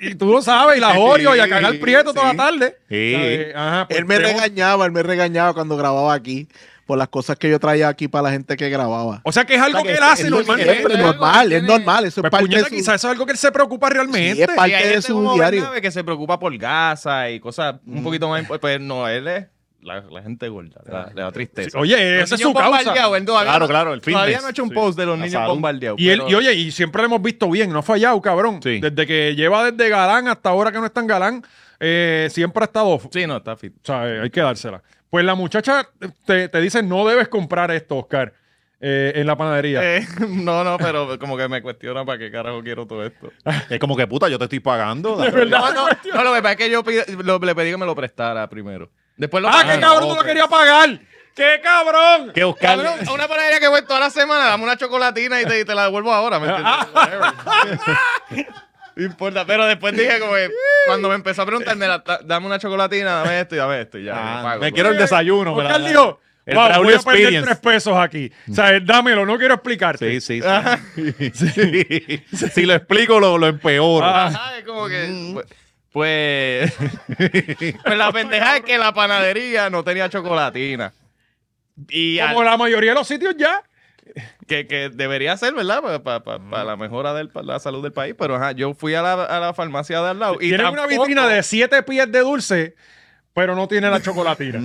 Y tú lo sabes, y la Oreo y a cagar prieto toda la tarde.
Sí.
¿sabes? Ajá, pues
él me
tenemos-
regañaba, él me regañaba cuando grababa aquí por las cosas que yo traía aquí para la gente que grababa.
O sea que es algo
sea,
que,
que
él
es-
hace
es-
normalmente.
Es
Pero
normal,
tiene-
es normal, eso es
Pues
parte
puñeta,
de su-
quizás eso es algo que él se preocupa
Sí,
realmente.
es parte
Y hay
de
gente
su
como
diario.
Bernabe que se preocupa por gasa y cosas un
Mm.
poquito más importantes. Pues no, él es la, la gente gorda, le da- le da tristeza.
Ah. Sí, oye,
Los
esa es
niños
su causa.
bombardeados, él todavía
Claro,
no-
claro, el
Todavía
fitness,
no ha hecho un
sí.
post de los niños
Asadón.
bombardeados.
Y, él,
pero-
y oye, y siempre lo hemos visto bien, no ha fallado, cabrón.
Sí.
Desde que lleva desde galán hasta ahora que no es tan galán, eh, siempre ha estado
Sí, no, está fit.
O sea, eh, hay que dársela. Pues la muchacha te, te dice, no debes comprar esto, Oscar, eh, en la panadería.
Eh, no, no, pero como que me cuestiona para qué carajo quiero todo esto.
Es como que puta, yo te estoy pagando.
No,
Ah,
no, no, lo que pasa es que yo pide- lo- le pedí que me lo prestara primero. Después lo
¡Ah,
pagué.
qué cabrón
no,
no lo
ok.
quería pagar! ¡Qué cabrón!
Que Oscar.
Cabrón, a una panadería que voy toda la semana, dame una chocolatina y te, y te la devuelvo ahora, ¿me entiendes? Whatever. No importa, pero después dije como que cuando me empezó a preguntarme, dame una chocolatina, dame esto y dame esto y ya.
Ah,
lo pago. pues.
me quiero el desayuno.
Oscar
¿verdad?
dijo,
El
"Wow,
Braulio
voy a perder
Experience".
tres pesos aquí. O sea, eh, dámelo, no quiero explicarte.
Sí, sí, sí. Sí. Si lo explico, lo, lo empeoro.
Ah.
Ajá, es como que... Pues, pues la pendeja es que la panadería no tenía chocolatina. Y al-
Como la mayoría de los sitios ya.
que, que debería ser, ¿verdad? Para la mejora de la salud del país. Pero ajá, yo fui a la, a la farmacia de al lado. Y
Tienen una
tampoco-
vitrina de siete pies de dulce, pero no tiene la chocolatina.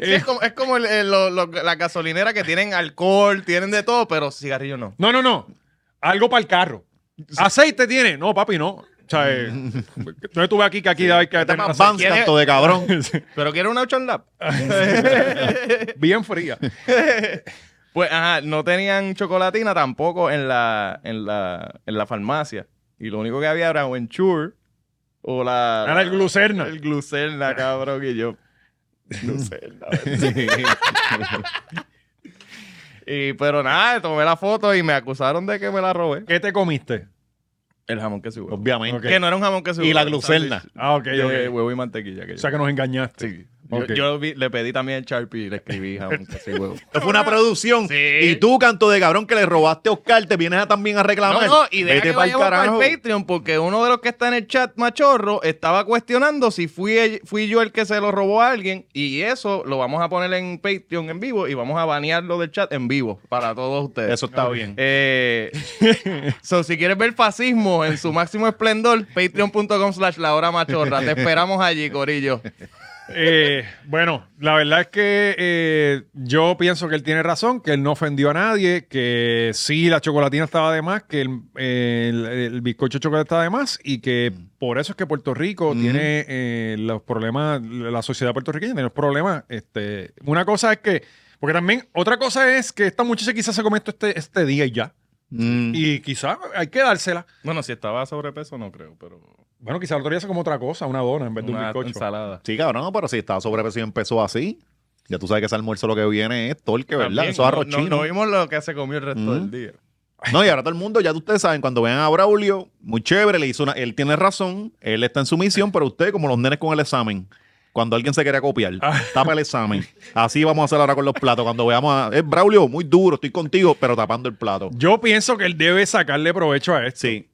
Eh,
Sí, es como, es como el- el- lo- lo- las gasolineras que tienen alcohol, tienen de todo, pero cigarrillo no.
No, no, no. Algo para el carro. Aceite tiene. No, papi, no. O sea, eh,
Mm.
entonces tú ves aquí que aquí hay que tener
Más
aceite.
Vans, canto de cabrón.
Pero quiero una Ocean Lab.
bien fría.
Pues, ajá, no tenían chocolatina tampoco en la, en la, en la farmacia. Y lo único que había era o Enchur o la...
Era el glucerna.
El glucerna, cabrón, y yo... Glucerna. y, pero nada, tomé la foto y me acusaron de que me la robé.
¿Qué te comiste?
El jamón que queso y huevo.
Obviamente.
Ok.
Que no era un jamón que queso
Y la
huevo,
glucerna.
sándwich
Ah, ok,
de
ok.
huevo y mantequilla. que
O
yo-
sea que nos engañaste.
Sí.
Ok.
Yo, yo vi- le pedí también el Sharpie y le escribí jamón queso y huevo.
Esto fue una producción. Y tú, canto de cabrón, que le robaste a Oscar, te vienes a también a reclamar.
No, no, y deja que
pa'l
vayamos para
carajo.
el Patreon porque uno de los que está en el chat machorro estaba cuestionando si fui, el- fui yo el que se lo robó a alguien y eso lo vamos a poner en Patreon en vivo y vamos a banearlo del chat en vivo para todos ustedes.
Eso está bien.
Eh, so, si quieres ver fascismo en su máximo esplendor, patreon.com slash la hora machorra. Te esperamos allí, Corillo.
Eh, bueno, la verdad es que eh, yo pienso que él tiene razón, que él no ofendió a nadie, que sí, la chocolatina estaba de más, que el, el- el bizcocho de chocolate estaba de más y que
Mm.
por eso es que Puerto
Mm-hmm.
Rico tiene eh, los problemas, la sociedad puertorriqueña tiene los problemas. Este, una cosa es que, porque también otra cosa es que esta muchacha quizás se come esto este, este día y ya,
Mm.
y quizás hay que dársela.
Bueno, si estaba sobrepeso, no creo, pero
Bueno, quizás el otro día se come otra cosa, una dona en vez de un
una
bizcocho.
ensalada.
Sí, cabrón, pero si estaba sobrepeso y empezó así, ya tú sabes que ese almuerzo lo que viene es torque, ¿verdad?
También,
Eso es arroz
no-
chino.
No,
No,
no vimos lo que se comió el resto
Mm.
del día.
y ahora todo el mundo, ya ustedes saben, cuando vean a Braulio, muy chévere, le hizo una, él tiene razón, él está en su misión, pero usted, como los nenes con el examen, cuando alguien se quiere copiar,
Ah.
tapa el examen. Así vamos a hacer ahora con los platos. Cuando veamos a. "Eh, Braulio, muy duro, estoy contigo, pero tapando el plato.
Yo pienso que él debe sacarle provecho a esto.
Sí.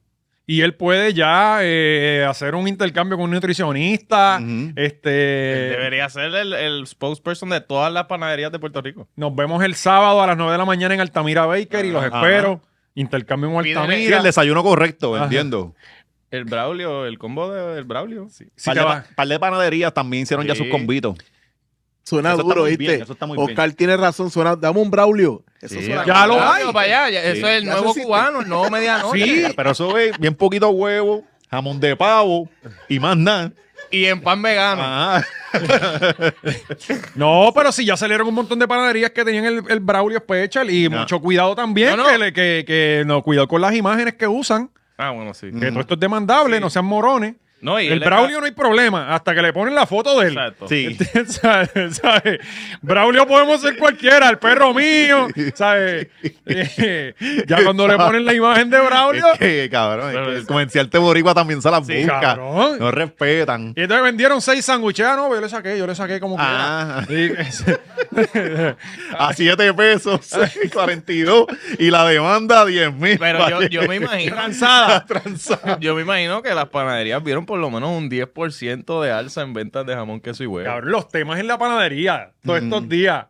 Y él puede ya eh, hacer un intercambio con un nutricionista.
Ujú.
Él
Este.
Debería ser el, el spokesperson de todas las panaderías de Puerto Rico.
Nos vemos el sábado a las 9 de la mañana en Altamira Baker y los
Ajá.
espero. Intercambio en
Pídele-
Sí,
Altamira.
el desayuno correcto,
Ajá.
entiendo.
El Braulio, el combo del Braulio.
Si
Par
te
de,
va-
pa- par de panaderías también hicieron ya
Sí.
sus convitos.
Suena
Eso está
duro,
muy
¿viste?
bien, eso está muy bien.
Oscar tiene razón, suena. Dame un Braulio. Eso
Sí,
suena-
ya lo hay.
Braulio para allá, ya- Eso es el
Ya
nuevo
se existe.
cubano, el nuevo medianoche.
Sí.
Pero eso es bien poquito huevo, jamón de pavo y más nada. Ah.
Y en pan vegano.
Ah.
Ajá.
No, pero si ya salieron un montón de panaderías que tenían el, el Braulio Special y
No.
mucho cuidado también.
No, no.
Que, le- que, que no, cuidado con las imágenes que usan.
Ah, bueno, sí.
Que todo esto es demandable, no sean morones.
No, y
Mm. el
él está-
Braulio no hay problema hasta que le ponen la foto de él.
Exacto.
Sí.
¿Entiendes? ¿Sabes? ¿Sabes? Braulio podemos ser cualquiera, el perro mío, ¿sabes? Eh, ya cuando le ponen la imagen de Braulio,
Es que, cabrón, es
Pero
que el
es-
comerciante boricua también se las busca.
cabrón.
No respetan.
y entonces vendieron seis sándwiches, ah, no, yo le saqué, yo le saqué como
Ah.
quiera. Y-
A 7 pesos, 42. Y la demanda, 10 mil.
Pero yo, yo me imagino.
Tranzada.
Yo me imagino que las panaderías vieron por lo menos un 10% de alza en ventas de jamón, queso y huevo.
Cabrón, los temas en la panadería todos
Mm.
estos días.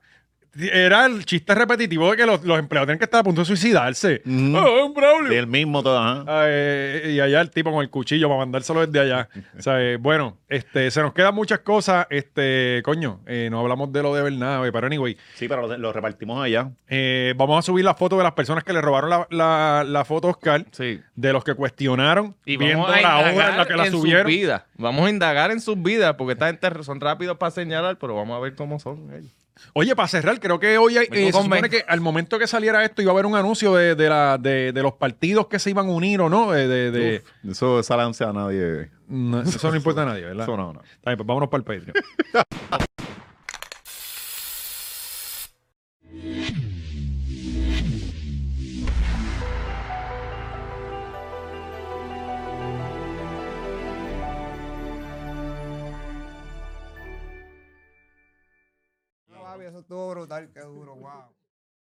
Era el chiste repetitivo de que los, los empleados tienen que estar a punto de suicidarse.
Mm.
Oh, un Braulio.
Del mismo todo, ajá.
Ah, eh, y allá el tipo con el cuchillo para mandárselo desde allá. O sea, eh, bueno, este, se nos quedan muchas cosas. Este, coño, eh, no hablamos de lo de Bernabe, pero anyway.
Sí, pero lo, lo repartimos allá.
eh, vamos a subir la foto de las personas que le robaron la, la- la foto a Oscar,
Sí.
de los que cuestionaron,
Y
viendo
vamos a
la
indagar
hora en la que la
en sus
subieron.
vidas. Vamos a indagar en sus vidas porque esta gente son rápidos para señalar, pero vamos a ver cómo son ellos.
Oye, para cerrar, creo que hoy hay-
Vengo
eh, se
con
supone
Ben.
que al momento que saliera esto iba a haber un anuncio de, de la- de- de los partidos que se iban a unir o no. eh, de- de-
Eso, esa lanza a nadie.
no, eso no importa Pues a nadie, ¿verdad?
Eso no, no.
Está bien, pues vámonos para el Patreon.
Eso estuvo brutal, qué duro, wow.